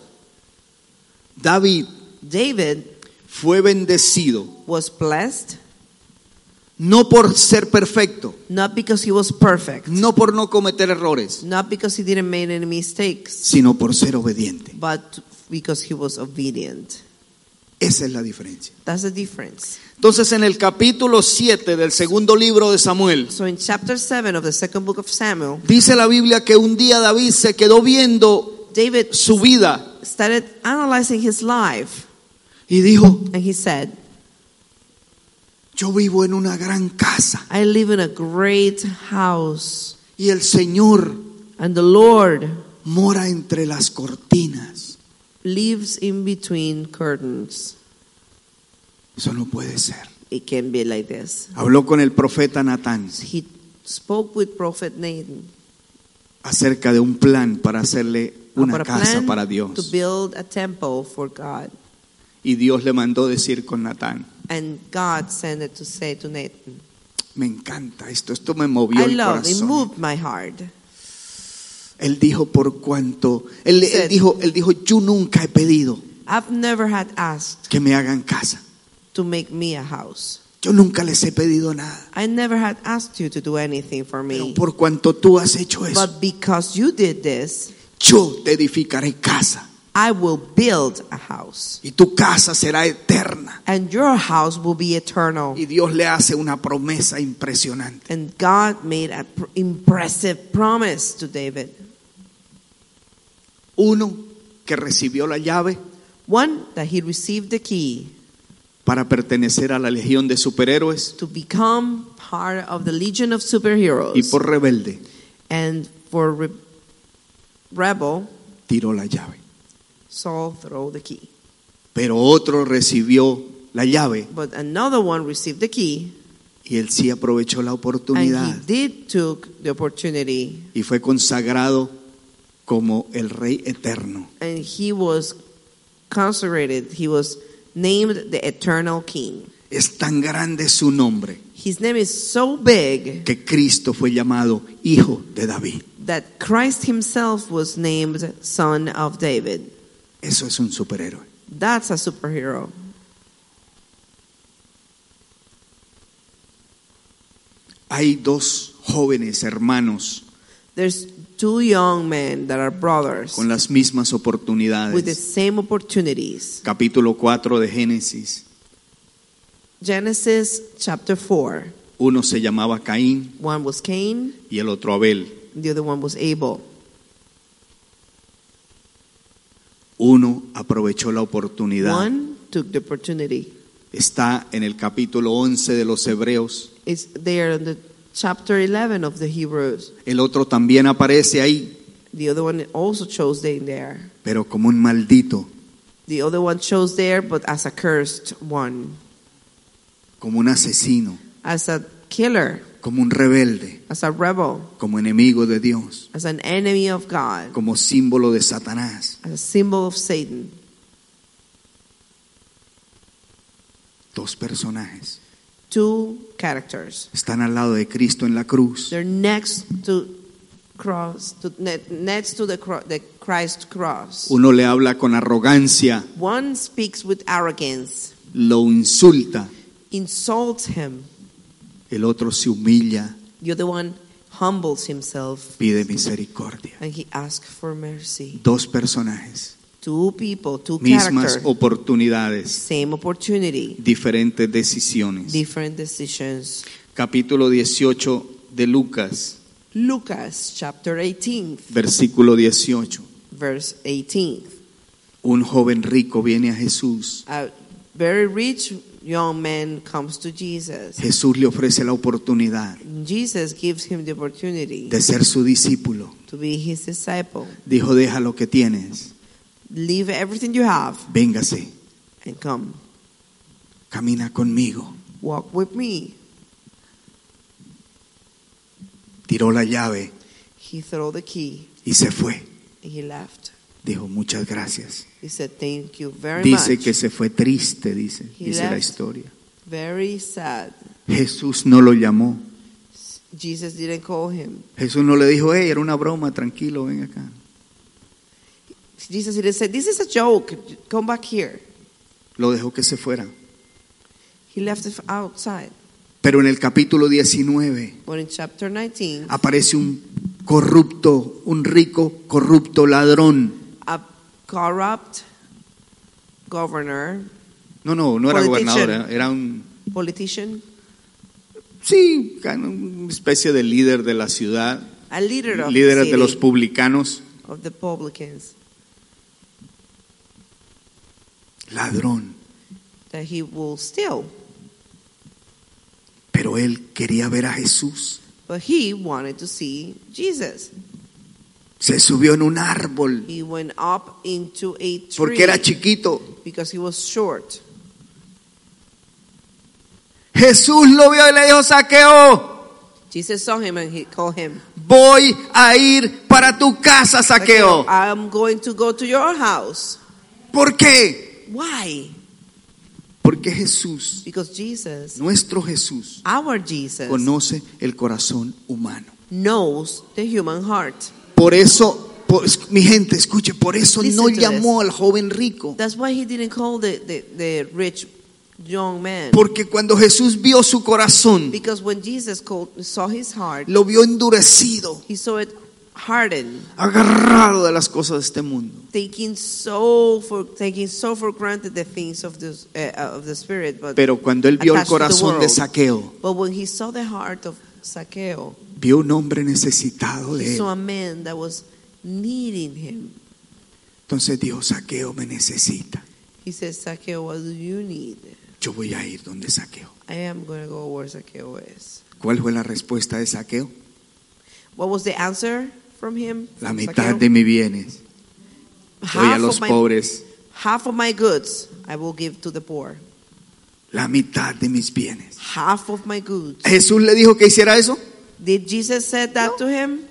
David
David
fue bendecido
was blessed
no por ser perfecto,
not because he was perfect,
no por no cometer errores,
not because he didn't make any mistakes,
sino por ser obediente.
but because he was obedient.
Esa es la diferencia.
That's the difference.
Entonces en el capítulo 7 del segundo libro de Samuel,
So in chapter 7 of the second book of Samuel,
dice la Biblia que un día David se quedó viendo
David
su vida
started analyzing his life
y dijo,
and he said,
yo vivo en una gran casa
I live in a great house
y el Señor
and the Lord
mora entre las cortinas.
lives in between curtains.
Eso no puede ser.
It can be like this.
Habló con el profeta Natán
He spoke with Prophet Nathan
acerca de un plan para hacerle una
about a
casa
plan
para
to
Dios.
build a temple for God.
Y Dios le mandó decir con Natán,
And God sent it to say to Nathan,
me encanta esto, esto me movió
I
el
love, it
corazón.
moved my heart.
Él dijo por cuanto, él, él
Said-
dijo, él dijo, yo nunca he pedido
I've never had asked
que me hagan casa.
to make me a house.
Yo nunca les he pedido nada.
I never had asked you to do anything for
Pero
me.
por cuanto tú has hecho eso,
But because you did this,
yo te edificaré casa
I will build a house.
y tu casa será eterna.
And your house will be eternal.
Y Dios le hace una promesa impresionante.
And God made an impressive promise to David.
Uno que recibió la llave
One, that he received the key
para pertenecer a la legión de superhéroes
to become part of the legion of
y
superheroes.
por rebelde
and for re- rebel,
tiró la llave.
Saul throw the key.
Pero otro recibió la llave
But another one received the key,
y él sí aprovechó la
and
oportunidad
he did took the opportunity,
y fue consagrado como el rey eterno.
and he was consecrated. He was named the eternal king.
Es tan grande su nombre
His name is so big
que Cristo fue llamado Hijo de David.
that Christ himself was named Son of David.
Eso es un superhéroe.
That's a superhero.
Hay dos jóvenes hermanos
There's two young men that are brothers
con las mismas
with the
oportunidades.
same opportunities.
Capítulo 4 de Génesis.
Genesis chapter 4.
Uno se llamaba Caín
One was Cain,
y el otro Abel.
the other one was Abel.
Uno aprovechó la oportunidad.
One took the opportunity.
Está en el capítulo 11 de los Hebreos.
It's there in the chapter 11 of the Hebrews.
El otro también aparece ahí,
The other one also chose there. there.
pero como un maldito,
The other one chose there, but as a cursed one,
como un asesino,
as a killer,
como un rebelde,
as a rebel,
como enemigo de Dios,
as an enemy of God,
como símbolo de Satanás.
as a symbol of Satan.
Dos personajes
Two characters.
están al lado de Cristo en la cruz.
They're next to cross, to, ne- next to the, cro- the Christ cross.
Uno le habla con arrogancia,
One speaks with arrogance,
lo insulta,
insults him.
el otro se humilla,
The other one humbles himself
pide misericordia.
and he asks for mercy.
Dos personajes,
Two people, two
mismas
characters,
oportunidades,
same opportunity,
diferentes decisiones.
different decisions.
Capítulo 18 de Lucas,
Lucas chapter 18,
versículo 18.
verse 18.
Un joven rico viene a Jesús
A very rich young man comes to Jesus.
Jesús le ofrece la oportunidad
Jesus gives him the opportunity
de ser su discípulo.
to be his disciple.
Dijo, deja lo que tienes,
Leave everything you have
véngase,
and come.
camina conmigo.
Walk with me.
Tiró la llave
He threw the key
y se fue.
and he left.
Dijo, muchas gracias.
He said, Thank you very
Dice
much.
que se fue triste, dice,
He
dice la
left.
historia.
Very sad.
Jesús no lo llamó.
Jesus didn't call him.
Jesús no le dijo, hey, era una broma, tranquilo, ven acá.
Jesus didn't say, This is a joke. Come back here.
Lo dejó que se fuera.
He left it outside.
Pero en el capítulo 19
But in chapter 19,
aparece un corrupto, un rico, corrupto ladrón.
a corrupt governor,
No, no, no era
Politician.
gobernador, era- era un,
politician,
sí, una especie de líder de la ciudad,
a leader of the
líder
city,
de los publicanos.
of the publicans,
Ladrón.
that he will steal.
Pero él quería ver a Jesús.
But he wanted to see Jesus.
Se subió en un árbol
He went up into a tree
porque era chiquito.
because he was short.
Jesús lo vio y le dijo, saqueo,
Jesus saw him and he called him.
voy a ir para tu casa, saqueo.
I'm going to go to your house.
¿Por qué?
Why?
Porque Jesús,
Because Jesus,
nuestro Jesús,
our Jesus,
conoce el corazón humano.
knows the human heart.
Por eso, por- es- mi gente, escuche, por eso
Listen
no
to
llamó al joven rico.
That's why he didn't call the, the, the rich young man.
Porque cuando Jesús vio su corazón,
Because when Jesus called, saw his heart,
lo vio endurecido,
he saw it hardened,
agarrado de las cosas de este mundo.
taking so for taking so for granted the things of this uh, of the spirit. But
Pero cuando él vio el
Attached to the
corazón de
world.
Saqueo,
but when he saw the heart of Zacchaeus,
vio un hombre necesitado
he
de él.
saw a man that was needing him.
Entonces dijo, Saqueo me necesita.
He said, Zacchaeus, what do you need?
Yo voy a ir donde Saqueo.
I am going to go where Zacchaeus is.
¿Cuál fue la respuesta de Saqueo?
What was the answer from him?
La
from
mitad
Zacchaeus?
de mis bienes. Doy a
half,
los
of my,
pobres.
half of my goods I will give to the poor.
La mitad de mis bienes.
Half of my goods.
Jesús le dijo que hiciera eso.
Did Jesus said that to him?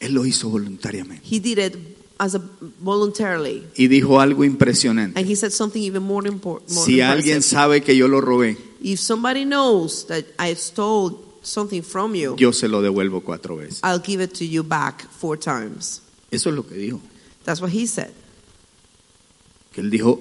Él lo hizo voluntariamente.
He did it as a voluntarily,
Y dijo algo impresionante.
and he said something even more important.
Si alguien sabe que yo lo robé,
if somebody knows that I stole something from you,
yo se lo devuelvo cuatro veces.
I'll give it to you back four times.
Eso es lo que dijo.
That's what he said.
Que él dijo,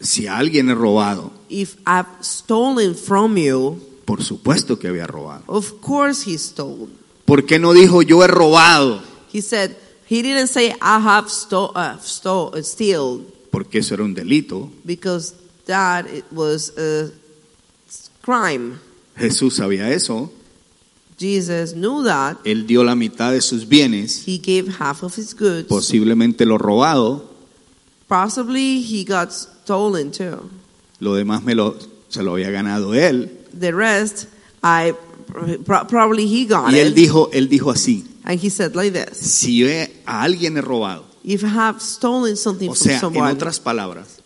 si a alguien he robado,
If I've stolen from you,
por supuesto que había robado.
of course he stole.
¿Por qué no dijo yo he robado?
He said he didn't say I have stole, uh, stole, uh, steal
Porque eso era un delito.
because that it was a crime.
Jesús sabía eso.
Jesus knew that.
Él dio la mitad de sus bienes,
He gave half of his goods.
posiblemente lo robado,
Possibly he got stolen too.
lo demás me lo, se lo había ganado él.
The rest, I pro- probably he got
Y él
it.
dijo, él dijo así,
and he said like this:
si yo he- a alguien he robado,
If I have stolen something
o sea,
from
en
someone,
otras palabras,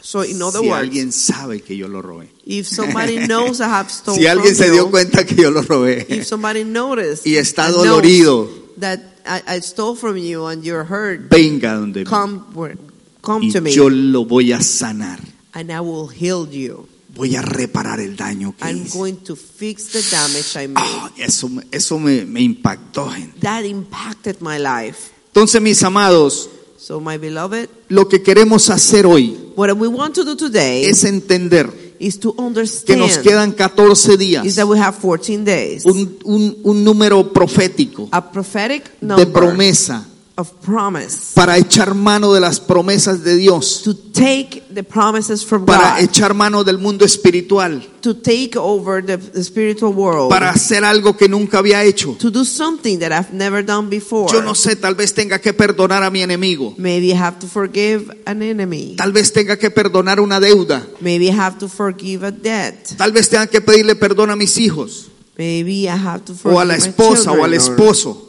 so in other
si
words,
alguien sabe que yo lo robé,
if somebody knows I have
[laughs]
stolen,
si alguien
from
se dio
you,
cuenta que yo lo robé
if somebody noticed
y está
and knows
dolorido,
that I, I stole from you and you're hurt,
venga donde mí
come where- come to
y
me,
yo lo voy a sanar,
and I will heal you.
voy a reparar el daño que
I'm
hice.
going to fix the damage I made.
Ah, eso me- eso me, me impactó, gente.
That impacted my life.
Entonces, mis amados,
So, my beloved,
lo que queremos hacer hoy
what we want to do today
es entender
is to
que
understand
nos quedan 14
is
días,
that we have 14 days,
un, un- un número profético
a prophetic
de
number
promesa
of promise,
para echar mano de las promesas de Dios,
to take the promises from
para
God,
echar mano del mundo espiritual,
to take over the, the spiritual world,
para hacer algo que nunca había hecho.
to do something that I've never done before.
Yo no sé, tal vez tenga que perdonar a mi enemigo,
Maybe I have to forgive an enemy.
tal vez tenga que perdonar una deuda,
Maybe I have to forgive a debt.
tal vez tenga que pedirle perdón a mis hijos,
Maybe I have to forgive
o a la
my
esposa o al
children, or
esposo,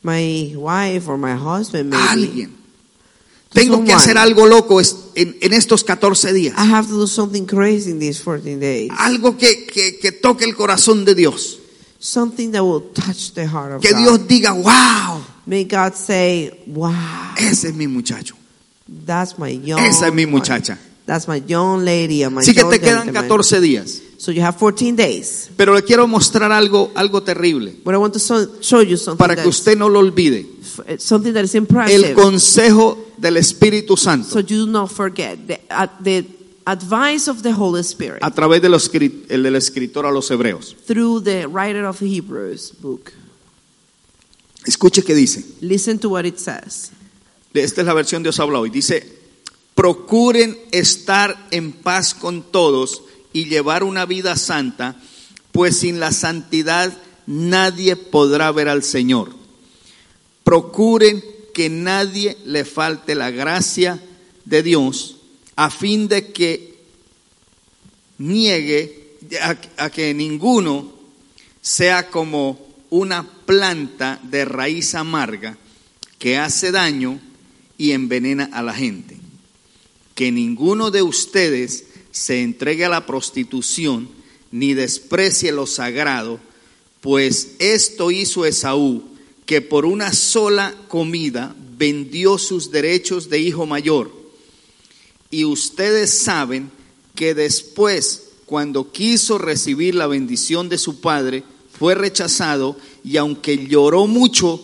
my wife or my husband. Maybe
a alguien. Tengo que
Someone.
hacer algo loco es- en, en estos 14 días,
I have to do something crazy in these 14 days.
algo que, que- que toque el corazón de Dios,
Something that will touch the heart of
que
God.
Dios diga, wow,
May God say, wow,
ese es mi muchacho,
that's my young
esa es mi
one.
muchacha.
That's my young lady and my
Así que
young
te quedan
gentleman.
14 días.
So you have 14 days.
Pero le quiero mostrar algo, algo terrible,
But I want to so- show you something,
para que
that's,
usted no lo olvide.
f- something that is
El
impressive.
consejo del Espíritu Santo
so you do not forget the, at the advice of the Holy Spirit
a través de los escri- el del escritor a los hebreos.
through the writer of Hebrews book.
Escuche que dice.
Listen to what it says.
Esta es la versión Dios habla hoy. Dice, procuren estar en paz con todos y llevar una vida santa, pues sin la santidad nadie podrá ver al Señor. Procuren que nadie le falte la gracia de Dios a fin de que niegue a- a que ninguno sea como una planta de raíz amarga que hace daño y envenena a la gente. Que ninguno de ustedes se entregue a la prostitución ni desprecie lo sagrado, pues esto hizo Esaú, que por una sola comida vendió sus derechos de hijo mayor. Y ustedes saben que después, cuando quiso recibir la bendición de su padre, fue rechazado y aunque lloró mucho,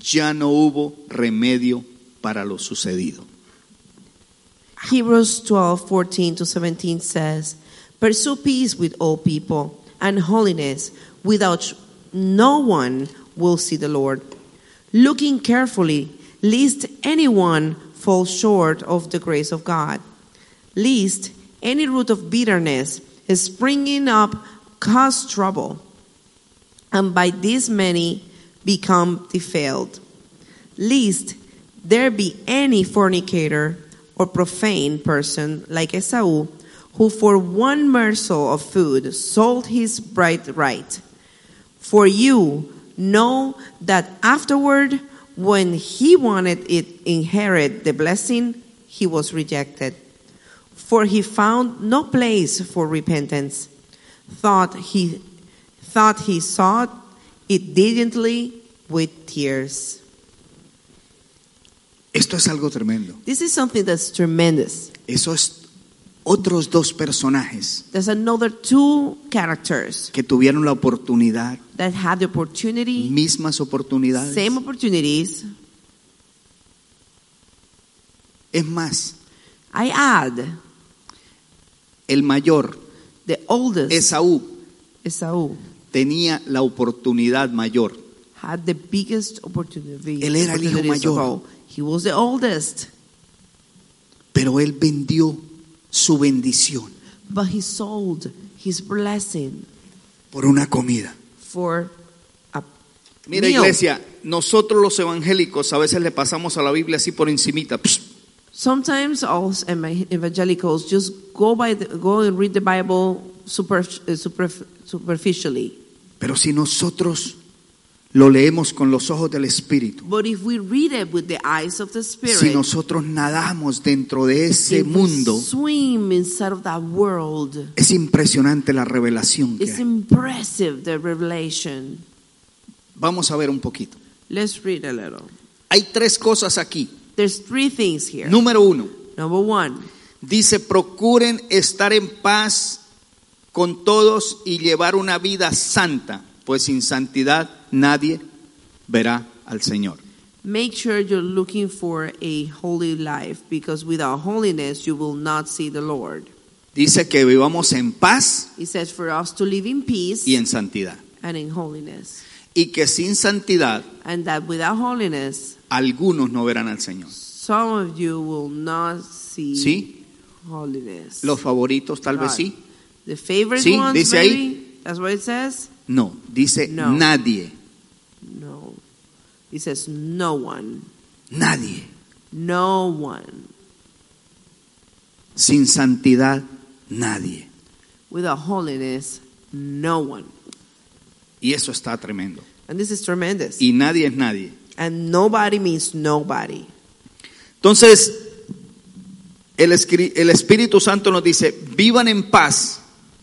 ya no hubo remedio para lo sucedido.
Hebrews 12, 14 to 17 says, Pursue peace with all people and holiness, without sh- no one will see the Lord. Looking carefully, lest anyone fall short of the grace of God, lest any root of bitterness springing up cause trouble, and by this many become defiled. Lest there be any fornicator or profane person like Esau, who for one morsel of food sold his bright right. For you know that afterward, when he wanted it inherit the blessing, he was rejected. For he found no place for repentance. Thought he thought he sought it diligently with tears.
Esto es algo tremendo.
This is something that's tremendous.
Esos otros dos personajes
There's another two characters
que tuvieron la oportunidad,
that had the opportunity,
mismas oportunidades.
same opportunities.
Es más,
I add
el mayor,
the oldest
Esaú,
Esau
tenía la oportunidad mayor.
had the biggest opportunity.
Él era el hijo
opportunities of
mayor.
all. He was the oldest,
pero él vendió su bendición
but he sold his blessing
por una comida.
for a
Mira
meal.
iglesia, nosotros los evangélicos a veces le pasamos a la Biblia así por encimita. Psst,
Sometimes all ema- evangelicals just go by the, go and read the Bible super, uh, super, superficially.
Pero si nosotros lo leemos con los ojos del Espíritu,
But if we read it with the eyes of the Spirit,
si nosotros nadamos dentro de ese
if we
mundo,
swim inside of that world,
es impresionante la revelación que
it's
hay.
impressive the revelation.
Vamos a ver un poquito.
Let's read a little.
Hay tres cosas aquí.
There's three things here.
Número uno,
Number one,
dice, procuren estar en paz con todos y llevar una vida santa, pues sin santidad nadie verá al Señor.
make sure you're looking for a holy life because without holiness you will not see the Lord.
Dice que vivamos en paz
He says for us to live in peace
y en santidad.
and in holiness,
Y que sin santidad
and that without holiness
algunos no verán al Señor.
Some of you will not see
¿Sí?
holiness.
Los favoritos tal vez sí.
The favorite
Sí,
ones,
dice
maybe?
ahí.
That's what it says?
No, dice
No.
nadie,
No. It says no one.
nadie.
No one.
Sin santidad, nadie.
Without holiness, no one.
Y eso está tremendo.
And this is tremendous.
Y nadie es nadie.
And nobody means nobody.
Entonces, el, escri- el Espíritu Santo nos dice, vivan en paz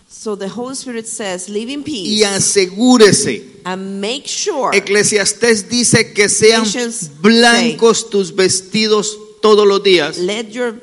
So the Holy Spirit says, live in peace
y asegúrese.
and make sure.
Eclesiastés dice que sean
Ephesians
blancos tus vestidos todos los días
Let your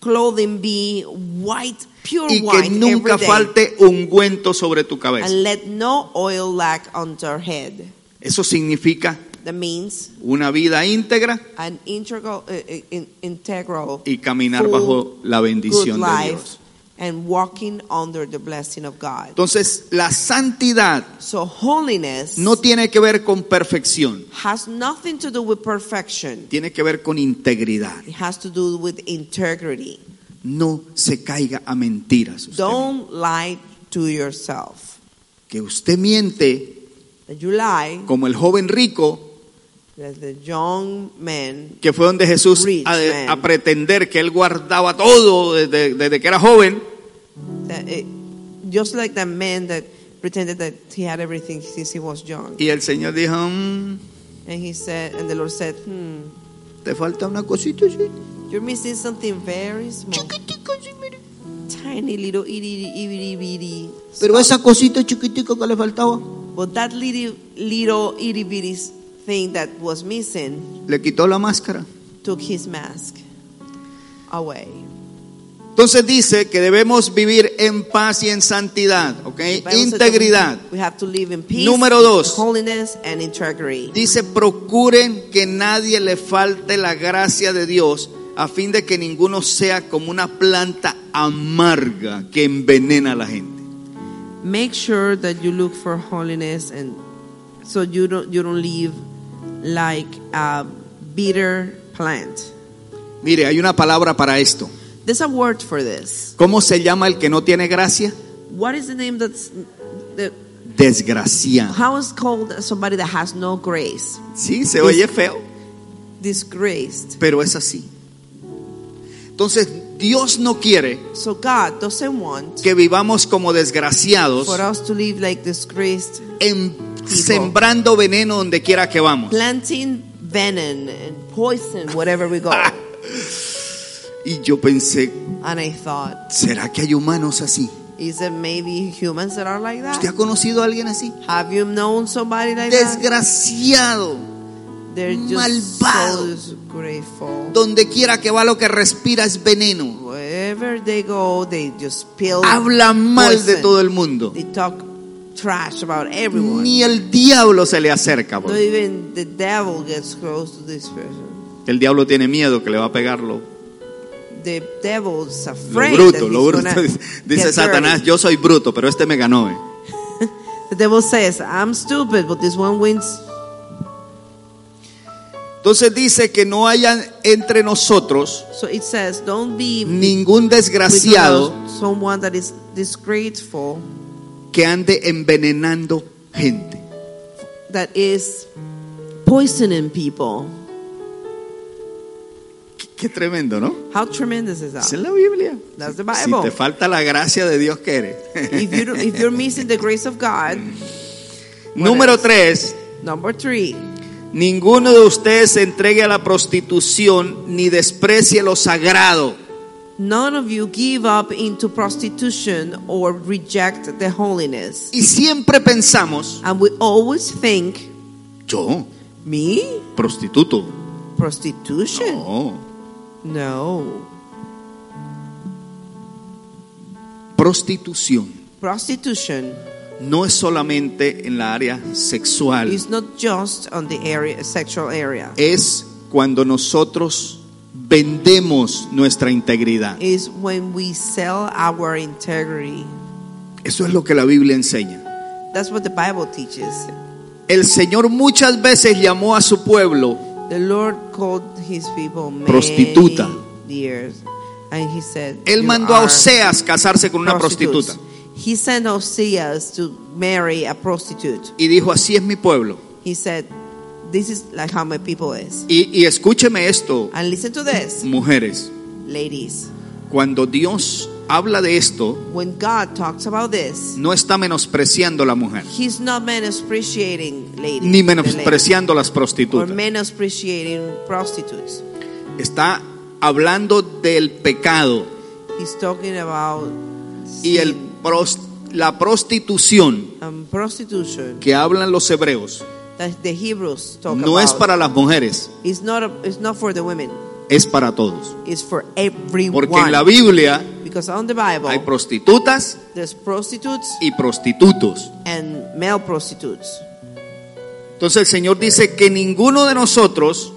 clothing be white, pure
y que
white
nunca
every day,
falte ungüento sobre tu cabeza.
and let no oil lack on your head.
Eso significa
That means
una vida íntegra
an integral, uh, uh, in, integral
y caminar
Full
bajo la
good
bendición de
life
Dios.
and walking under the blessing of God.
Entonces, la santidad
So holiness
no tiene que ver con perfección,
has nothing to do with perfection.
tiene que ver con integridad.
It has to do with integrity.
No se caiga a mentiras. usted
Don't lie to yourself.
que usted miente
That you lie,
como el joven rico
that the young man
que fue donde Jesús
Rich
a,
man.
a pretender que él guardaba todo desde, desde que era joven
that it, just like that man that pretended that he had everything since he was young.
y el Señor dijo "Mm,
And he said, and the Lord said, hmm,
te falta una cosita sí,
you're missing something very small.
chiquitica, sí, mire.
Tiny little itty itty bitty.
pero esa cosita chiquitica que le faltaba
But that little, little itty bitty thing that was missing
le quitó la máscara
took his mask away.
entonces dice que debemos vivir en paz y en santidad ¿ok?
The Bible said that we-
integridad
We have to live in peace,
Número dos.
holiness, and integrity.
dice procuren que nadie le falte la gracia de Dios a fin de que ninguno sea como una planta amarga que envenena a la gente
Make sure that you look for holiness, and so you don't you don't live like a bitter plant.
Mire, hay una palabra para esto.
There's a word for this.
¿Cómo se llama el que no tiene gracia?
What is the name that's that,
Desgracia.
how is called somebody that has no grace?
Sí, se oye feo,
Disgraced.
pero es así. Entonces, Dios no quiere
So God doesn't want
que vivamos como desgraciados,
for us to live like disgraced,
en- sembrando veneno donde quiera que vamos.
planting venom and poison wherever we go.
[laughs] Y yo pensé,
and I thought,
¿será que hay humanos así?
is it maybe humans that are like
¿Usted ha
that?
conocido a alguien así?
Have you known somebody like that?
Desgraciado.
They're just
malvado.
so grateful.
Donde quiera que va, lo que respira es veneno.
Wherever they go, they just spill.
Habla mal de
poison.
todo el mundo.
They talk trash about everyone.
Ni el diablo se le acerca. por
Not even the devil gets close to this person.
El diablo tiene miedo que le va a pegarlo.
The devil's
Lo
afraid.
bruto,
that
lo
he's
bruto.
gonna
[laughs] Dice
get
Satanás,
dirty.
yo soy bruto, pero este me ganó. eh".
The devil says, "I'm stupid, but this one wins."
Entonces dice que no haya entre nosotros
So it says, "Don't be
ningún
with
desgraciado
someone that is disgraceful,
que ande envenenando gente.
that is poisoning people."
Qué, qué tremendo, ¿no?
How tremendous is
Esa
that?
es la Biblia.
That's the
Si te
Bible.
falta la gracia de Dios que eres.
if you don't- if you're missing the grace of God,
[laughs] Número tres,
number three,
ninguno de ustedes se entregue a la prostitución ni desprecie lo sagrado.
none of you give up into prostitution or reject the holiness.
Y siempre pensamos,
And we always think,
yo,
me
prostituto.
prostitution?
No.
No,
prostitución
prostitution
no es solamente en la área sexual,
is not just on the area sexual area.
es cuando nosotros vendemos nuestra integridad.
Is when we sell our integrity.
Eso es lo que la Biblia enseña.
That's what the Bible teaches.
El Señor muchas veces llamó a su pueblo
The Lord called his people many
Prostituta.
years, and he said,
Él
"You
mandó a
are
Oseas casarse con una
prostitutes."
prostituta
He sent Oseas to marry a prostitute.
y dijo, así es mi pueblo.
He said, "This is like how my people is."
Y, y escúcheme esto,
And listen to this,
mujeres,
ladies.
cuando Dios habla de esto,
When God talks about this,
no está menospreciando a la mujer,
He's not menospreciating ladies,
ni
the ladies,
menospreciando a las
or
prostitutas.
menospreciating prostitutes.
Está hablando del pecado
He's talking about
y el
sin
pros- la prostitución
and prostitution
que hablan los hebreos
that the Hebrews talk
no es
about.
para las mujeres,
it's not a- it's not for the women.
es para todos.
It's for everyone.
Porque en la Biblia
because on the Bible
hay prostitutas
there's prostitutes
y prostitutos.
and male prostitutes.
Entonces el Señor dice que ninguno de nosotros,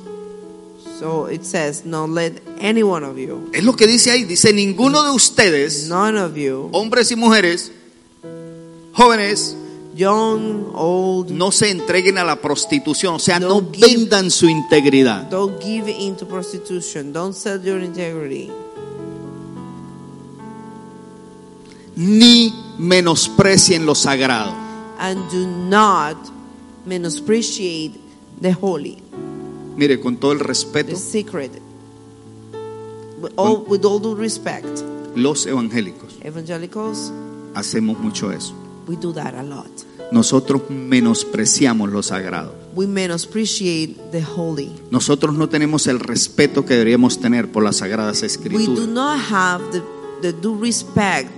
So it says, not let any one of you,
es lo que dice ahí, dice ninguno de ustedes,
none of you,
hombres y mujeres, jóvenes,
young, old,
no se entreguen a la prostitución, o sea,
No
no
give-
vendan su integridad.
don't give in to prostitution. Don't sell your integrity.
ni menosprecien lo sagrado.
And do not menospreciate the holy.
Mire, con todo el respeto,
the secret with all, with all due respect
los evangélicos
evangelicals
hacemos mucho eso.
we do that a lot
Nosotros menospreciamos lo sagrado.
we menospreciate the holy
Nosotros no tenemos el respeto que deberíamos tener por las sagradas
we do
escrituras.
not have the, the due respect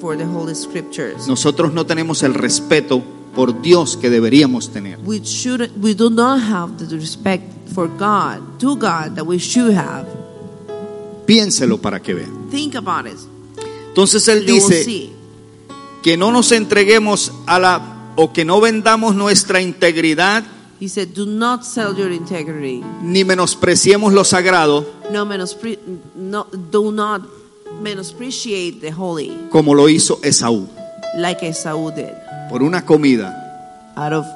for the holy scriptures
Nosotros no tenemos el respeto por Dios que deberíamos tener.
we should we do not have the respect for god to god that we should have
Piénselo para que vean.
think about it
Entonces él
you will
dice
see
que no nos entreguemos a la o que no vendamos nuestra integridad
he said do not sell your integrity
ni menospreciemos lo sagrado
no menospre no do not menospreciate the holy
como lo hizo Esaú
like Esau did.
por una comida
Out of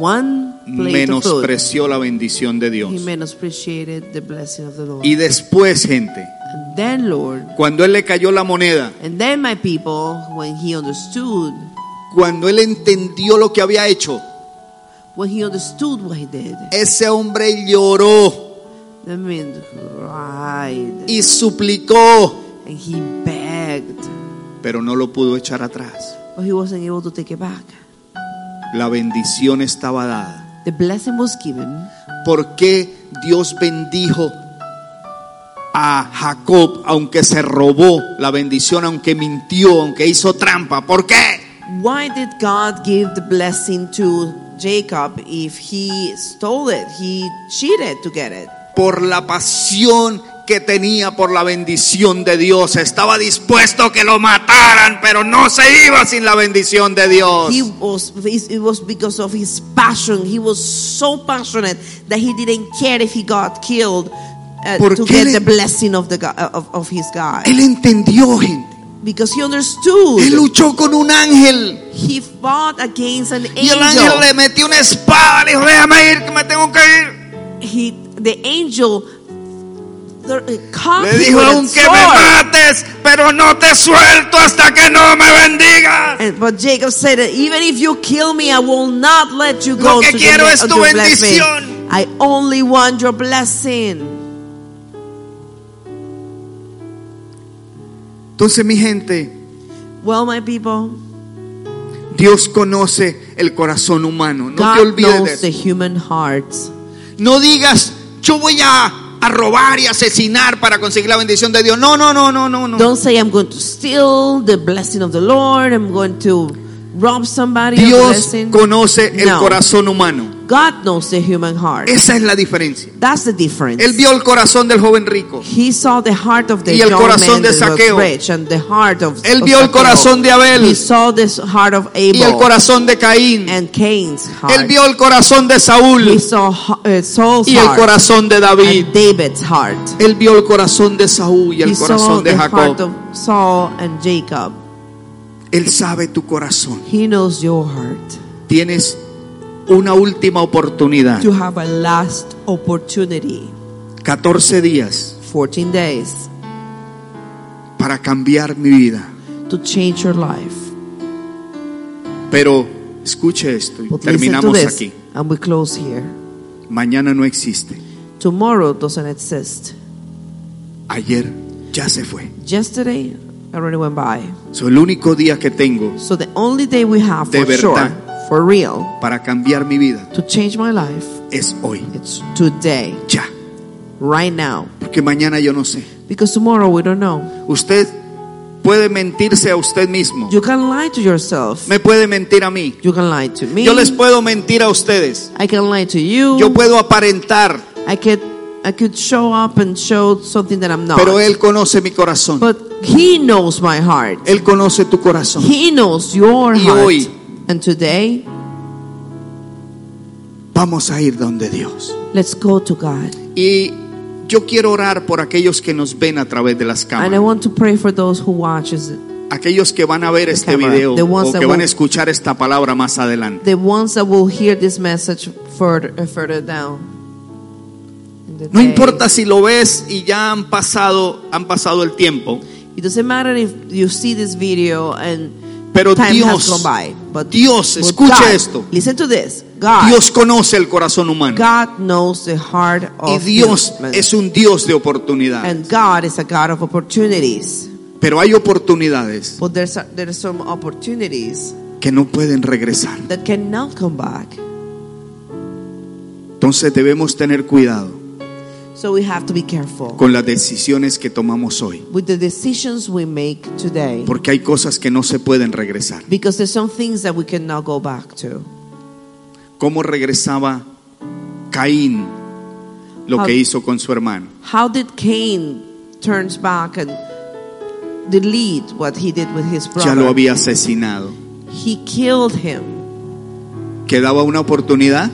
one plate of food,
menospreció la bendición de Dios.
he menospreciated the blessing of the Lord.
Y después, gente,
and then, Lord,
cuando él le cayó la moneda,
and then my people, when he understood,
cuando él entendió lo que había hecho,
when he understood what he did,
ese hombre lloró
the men cried
y suplicó,
and he begged,
pero no lo pudo echar atrás.
but he wasn't able to take it back.
La bendición estaba dada.
The blessing was given.
¿Por qué Dios bendijo a Jacob aunque se robó la bendición, aunque mintió, aunque hizo trampa? ¿Por qué?
Why did God give the blessing to Jacob if he stole it? He cheated to get it.
por la pasión que tenía por la bendición de Dios. Estaba dispuesto que lo mataran, pero no se iba sin la bendición de Dios.
He was it was because of his passion. He was so passionate that he didn't care if he got killed uh,
¿Por
to
qué
get
le-
the blessing of the God, of, of his God.
Él entendió, gente.
Because he
Él
understood.
luchó con un ángel.
He fought against an
Y el ángel
angel.
le metió una espada. Le dijo, déjame ir, que me tengo que ir.
He the angel th- uh, caught
Le
him
dijo,
with a
aunque me
sword.
mates, pero no te suelto hasta que no me bendigas.
And, but Jacob said, "Even if you kill me, I will not let you
Lo
go."
que
to
quiero
the,
es
uh,
tu
your blessing.
bendición.
I only want your blessing.
Entonces, mi gente,
Well, my people,
Dios conoce el corazón humano. No te
God
olvides de
knows
eso.
the human heart.
No digas, yo voy a, a robar y asesinar para conseguir la bendición de Dios. No, no, no, no, no, no.
Don't say I'm going to steal the blessing of the Lord. I'm going to rob somebody. of the
Dios
blessing.
conoce el
No.
corazón humano.
God knows the human heart.
Esa es la diferencia.
That's the difference.
Él vio el corazón del joven rico.
he saw the heart of the
Y el
young
corazón
man
de
that was
Saqueo.
rich and the heart of
Él
of
vio el
Saqueo.
corazón de
He
Abel
saw the heart of
y el
Abel
corazón de Caín.
and Cain's heart.
Él vio el corazón de
he
Saúl
saw uh, Saul's
y el
heart
corazón de David.
and David's heart.
Él vio el corazón de Saúl y
he
el
saw
corazón de
the heart
Jacob.
of Saul and Jacob.
Él sabe tu corazón.
He knows your heart.
Tienes una última oportunidad.
to have a last opportunity
14 días
14 days
para cambiar mi vida.
to change your life.
Pero escuche esto y
But listen to
terminamos
this,
aquí.
and we close here.
Mañana no existe.
Tomorrow doesn't exist.
Ayer ya se fue.
Yesterday already went by.
Soy el único día que tengo
So the only day we have
De
for sure,
verdad.
for real,
para cambiar mi vida
to change my life,
es hoy,
it's today,
ya.
right now.
Porque mañana yo no sé.
Because tomorrow we don't know.
Usted puede mentirse a usted mismo.
You can lie to yourself.
Me puede mentir a mí.
You can lie to me.
Yo les puedo mentir a ustedes.
I can lie to you.
Yo puedo aparentar,
I could I could show up and show something that I'm not.
pero Él conoce mi corazón.
but he knows my heart.
Él conoce tu corazón.
He knows your
Y
heart.
hoy-
and today,
Vamos a ir donde Dios.
let's go to God.
Y yo quiero orar por aquellos que nos ven a través de las
And I
cámaras.
want to pray for those who watches it.
Aquellos que van a ver este
camera,
video
the ones
o
that
que van
will-
a escuchar esta palabra más adelante.
the ones that will hear this message further uh, further down. in the
No
day.
importa si lo ves y ya han pasado, han pasado el tiempo,
It doesn't matter if you see this video and
pero
time has
Dios,
gone by. But
Dios,
but
escuche
God-
esto.
Listen to this. God,
Dios conoce el corazón humano
God knows the heart
y
of
Dios
human.
es un Dios de oportunidad.
and God is a God of opportunities.
Pero hay oportunidades
But there's a, there are some opportunities
que no pueden regresar.
that cannot come back.
Entonces debemos tener cuidado
So we have to be careful
con las decisiones que tomamos hoy,
with the decisions we make today.
porque hay cosas que no se pueden regresar.
Because there's some things that we cannot go back to.
¿Cómo regresaba Caín lo que
Ah.
hizo con su hermano?
How did Cain turns back and delete what he did with his
Ya lo
brother?
había asesinado.
He killed him.
¿Quedaba una oportunidad?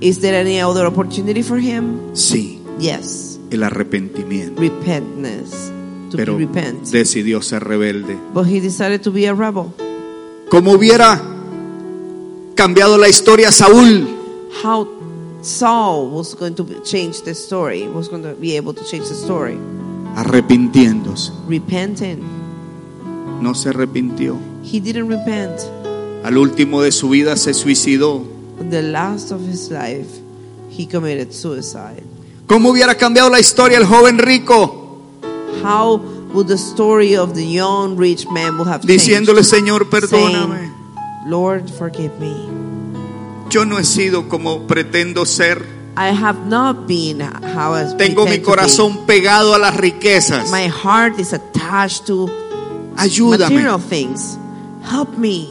Is there any other opportunity for him?
Sí,
Yes,
el arrepentimiento.
repentness, to
Pero
be repent.
decidió ser rebelde.
but he decided to be a rebel.
Como hubiera cambiado la historia Saúl,
How Saul was going to be- change the story, was going to be able to change the story,
arrepintiéndose.
repenting.
No se arrepintió.
He didn't repent.
Al último de su vida se suicidó.
On the last of his life, he committed suicide.
¿Cómo hubiera cambiado la historia el joven rico?
How would the story of the young rich man will have
Diciéndole,
changed?
Señor, perdóname.
Saying, Lord, forgive me.
Yo no he sido como pretendo ser.
I have not been how I
Tengo mi
pretend to
corazón pegado a las riquezas.
be. My heart is attached to material
Ayúdame,
things. Help me,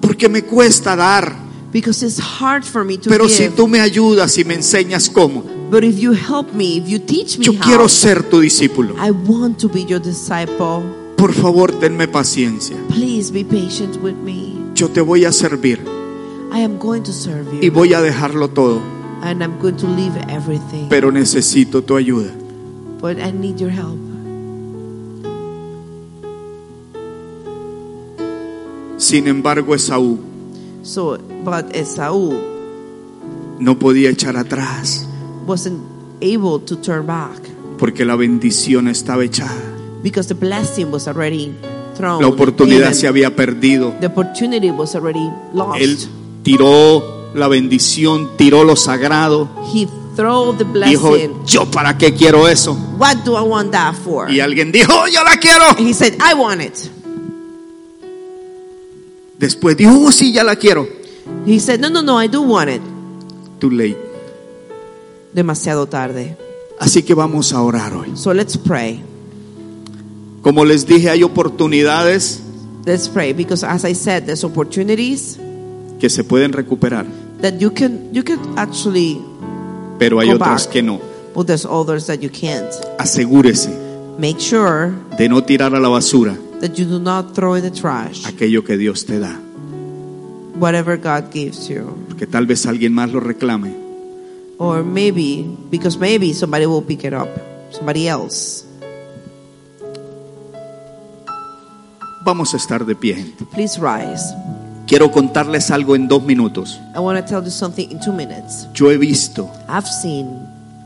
porque me cuesta dar.
because it's hard for me to
Pero
give.
si tú me ayudas y me enseñas cómo,
but if you help me, if you teach me
yo
how,
quiero ser tu discípulo.
I want to be your disciple.
Por favor, tenme paciencia.
Please be patient with me.
Yo te voy a servir
I am going to serve
y
you,
voy a dejarlo todo,
and I'm going to leave everything.
pero necesito tu ayuda.
but I need your help.
Sin embargo, Esaú
So, but eh, Esau
no podía echar atrás
wasn't able to turn back
porque la bendición estaba echada.
because the blessing was already thrown.
La oportunidad
Given.
se había perdido.
The opportunity was already lost.
Él tiró la bendición, tiró lo sagrado.
he threw the
Dijo,
blessing.
¿yo para qué quiero eso?
what do I want that for?
Y alguien dijo, "Oh, yo la quiero.
And he said, I want it.
Después dijo, oh, sí, ya la quiero.
He said, No, no, no, I do want it.
Too late.
Demasiado tarde.
Así que vamos a orar hoy.
So let's pray.
Como les dije, hay oportunidades
Let's pray because, as I said, there's opportunities
que se pueden recuperar,
that you can you can actually,
pero hay
Go
otras
back.
que no.
but there's others that you can't.
Asegúrese
Make sure
de no tirar a la basura
that you do not throw in the trash.
aquello que Dios te da,
whatever God gives you.
porque tal vez alguien más lo reclame.
Or maybe, because maybe somebody will pick it up, somebody else.
Vamos a estar de pie. gente.
Please rise.
Quiero contarles algo en dos minutos.
I want to tell you something in two minutes.
Yo he visto
I've seen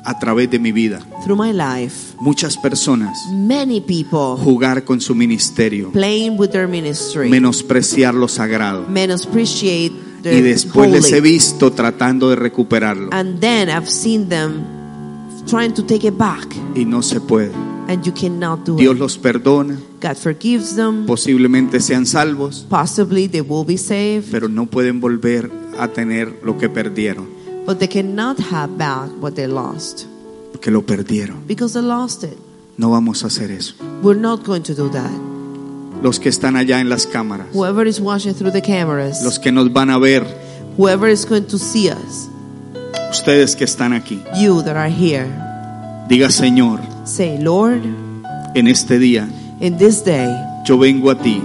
a través de mi vida
through my life
muchas personas
many people
jugar con su ministerio,
playing with their ministry,
menospreciar lo sagrado
appreciate their
y después les
holy.
he visto tratando de recuperarlo
and then I've seen them trying to take it back,
y no se puede.
and you cannot do
Dios
it.
los perdona,
God forgives them.
posiblemente sean salvos,
Possibly they will be saved,
pero no pueden volver a tener lo que perdieron,
but they cannot have back what they lost
porque lo perdieron.
because they lost it.
No vamos a hacer eso.
We're not going to do that.
Los que están allá en las cámaras,
Whoever is watching through the cameras,
los que nos van a ver,
whoever is going to see us,
ustedes que están aquí,
you that are here,
diga Señor,
say, Lord,
en este día
in this day,
yo vengo a ti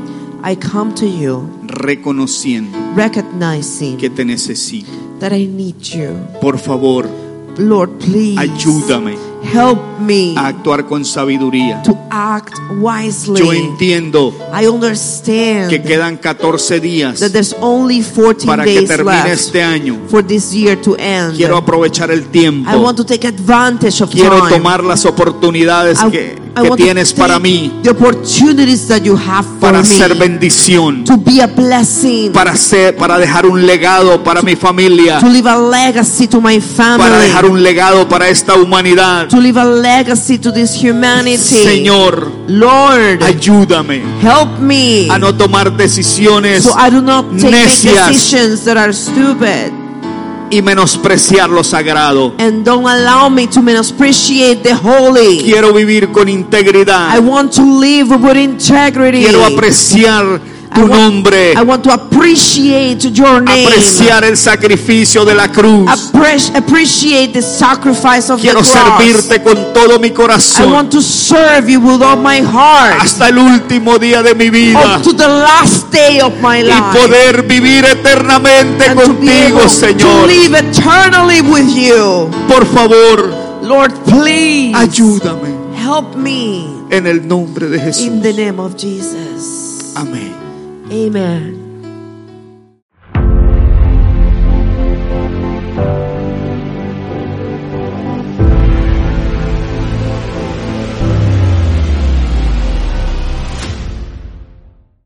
I come to you
reconociendo
recognizing
que te necesito.
that I need you.
Por favor,
Lord, please
ayúdame
help me
a actuar con sabiduría.
to act wisely.
Yo entiendo
I understand
que quedan 14 días
that there's only 14
para que
days
termine
left
este año.
for this year to end.
Quiero aprovechar el tiempo.
I want to take advantage of
Quiero
time.
tomar las oportunidades
I,
que,
I
que
want to
tienes para
take
mí,
The opportunities that you have for
para
me
ser bendición,
to be a blessing,
para ser, para dejar un legado para mi familia,
to leave a legacy to my family,
para dejar un legado para esta humanidad.
to leave a legacy to this humanity.
Señor,
Lord,
ayúdame
help me
a no tomar decisiones
so I do not take make
necias.
decisions that are stupid
y menospreciar lo sagrado.
and don't allow me to misappreciate the holy.
Quiero vivir con
I
integridad.
want to live with integrity.
Quiero apreciar
I
tu
want-
nombre,
I want to appreciate your name.
apreciar el sacrificio de la cruz.
Appre- appreciate the sacrifice of
Quiero
the cross.
servirte con todo mi
I
corazón
want to serve you with all my heart
hasta el último día de mi vida
up to the last day of my life.
y poder vivir eternamente
and to be
contigo,
able to
Señor.
live eternally with you.
Por favor,
Lord, please
ayúdame
help me
en el nombre de Jesús.
in the name of Jesus.
Amén.
Amen.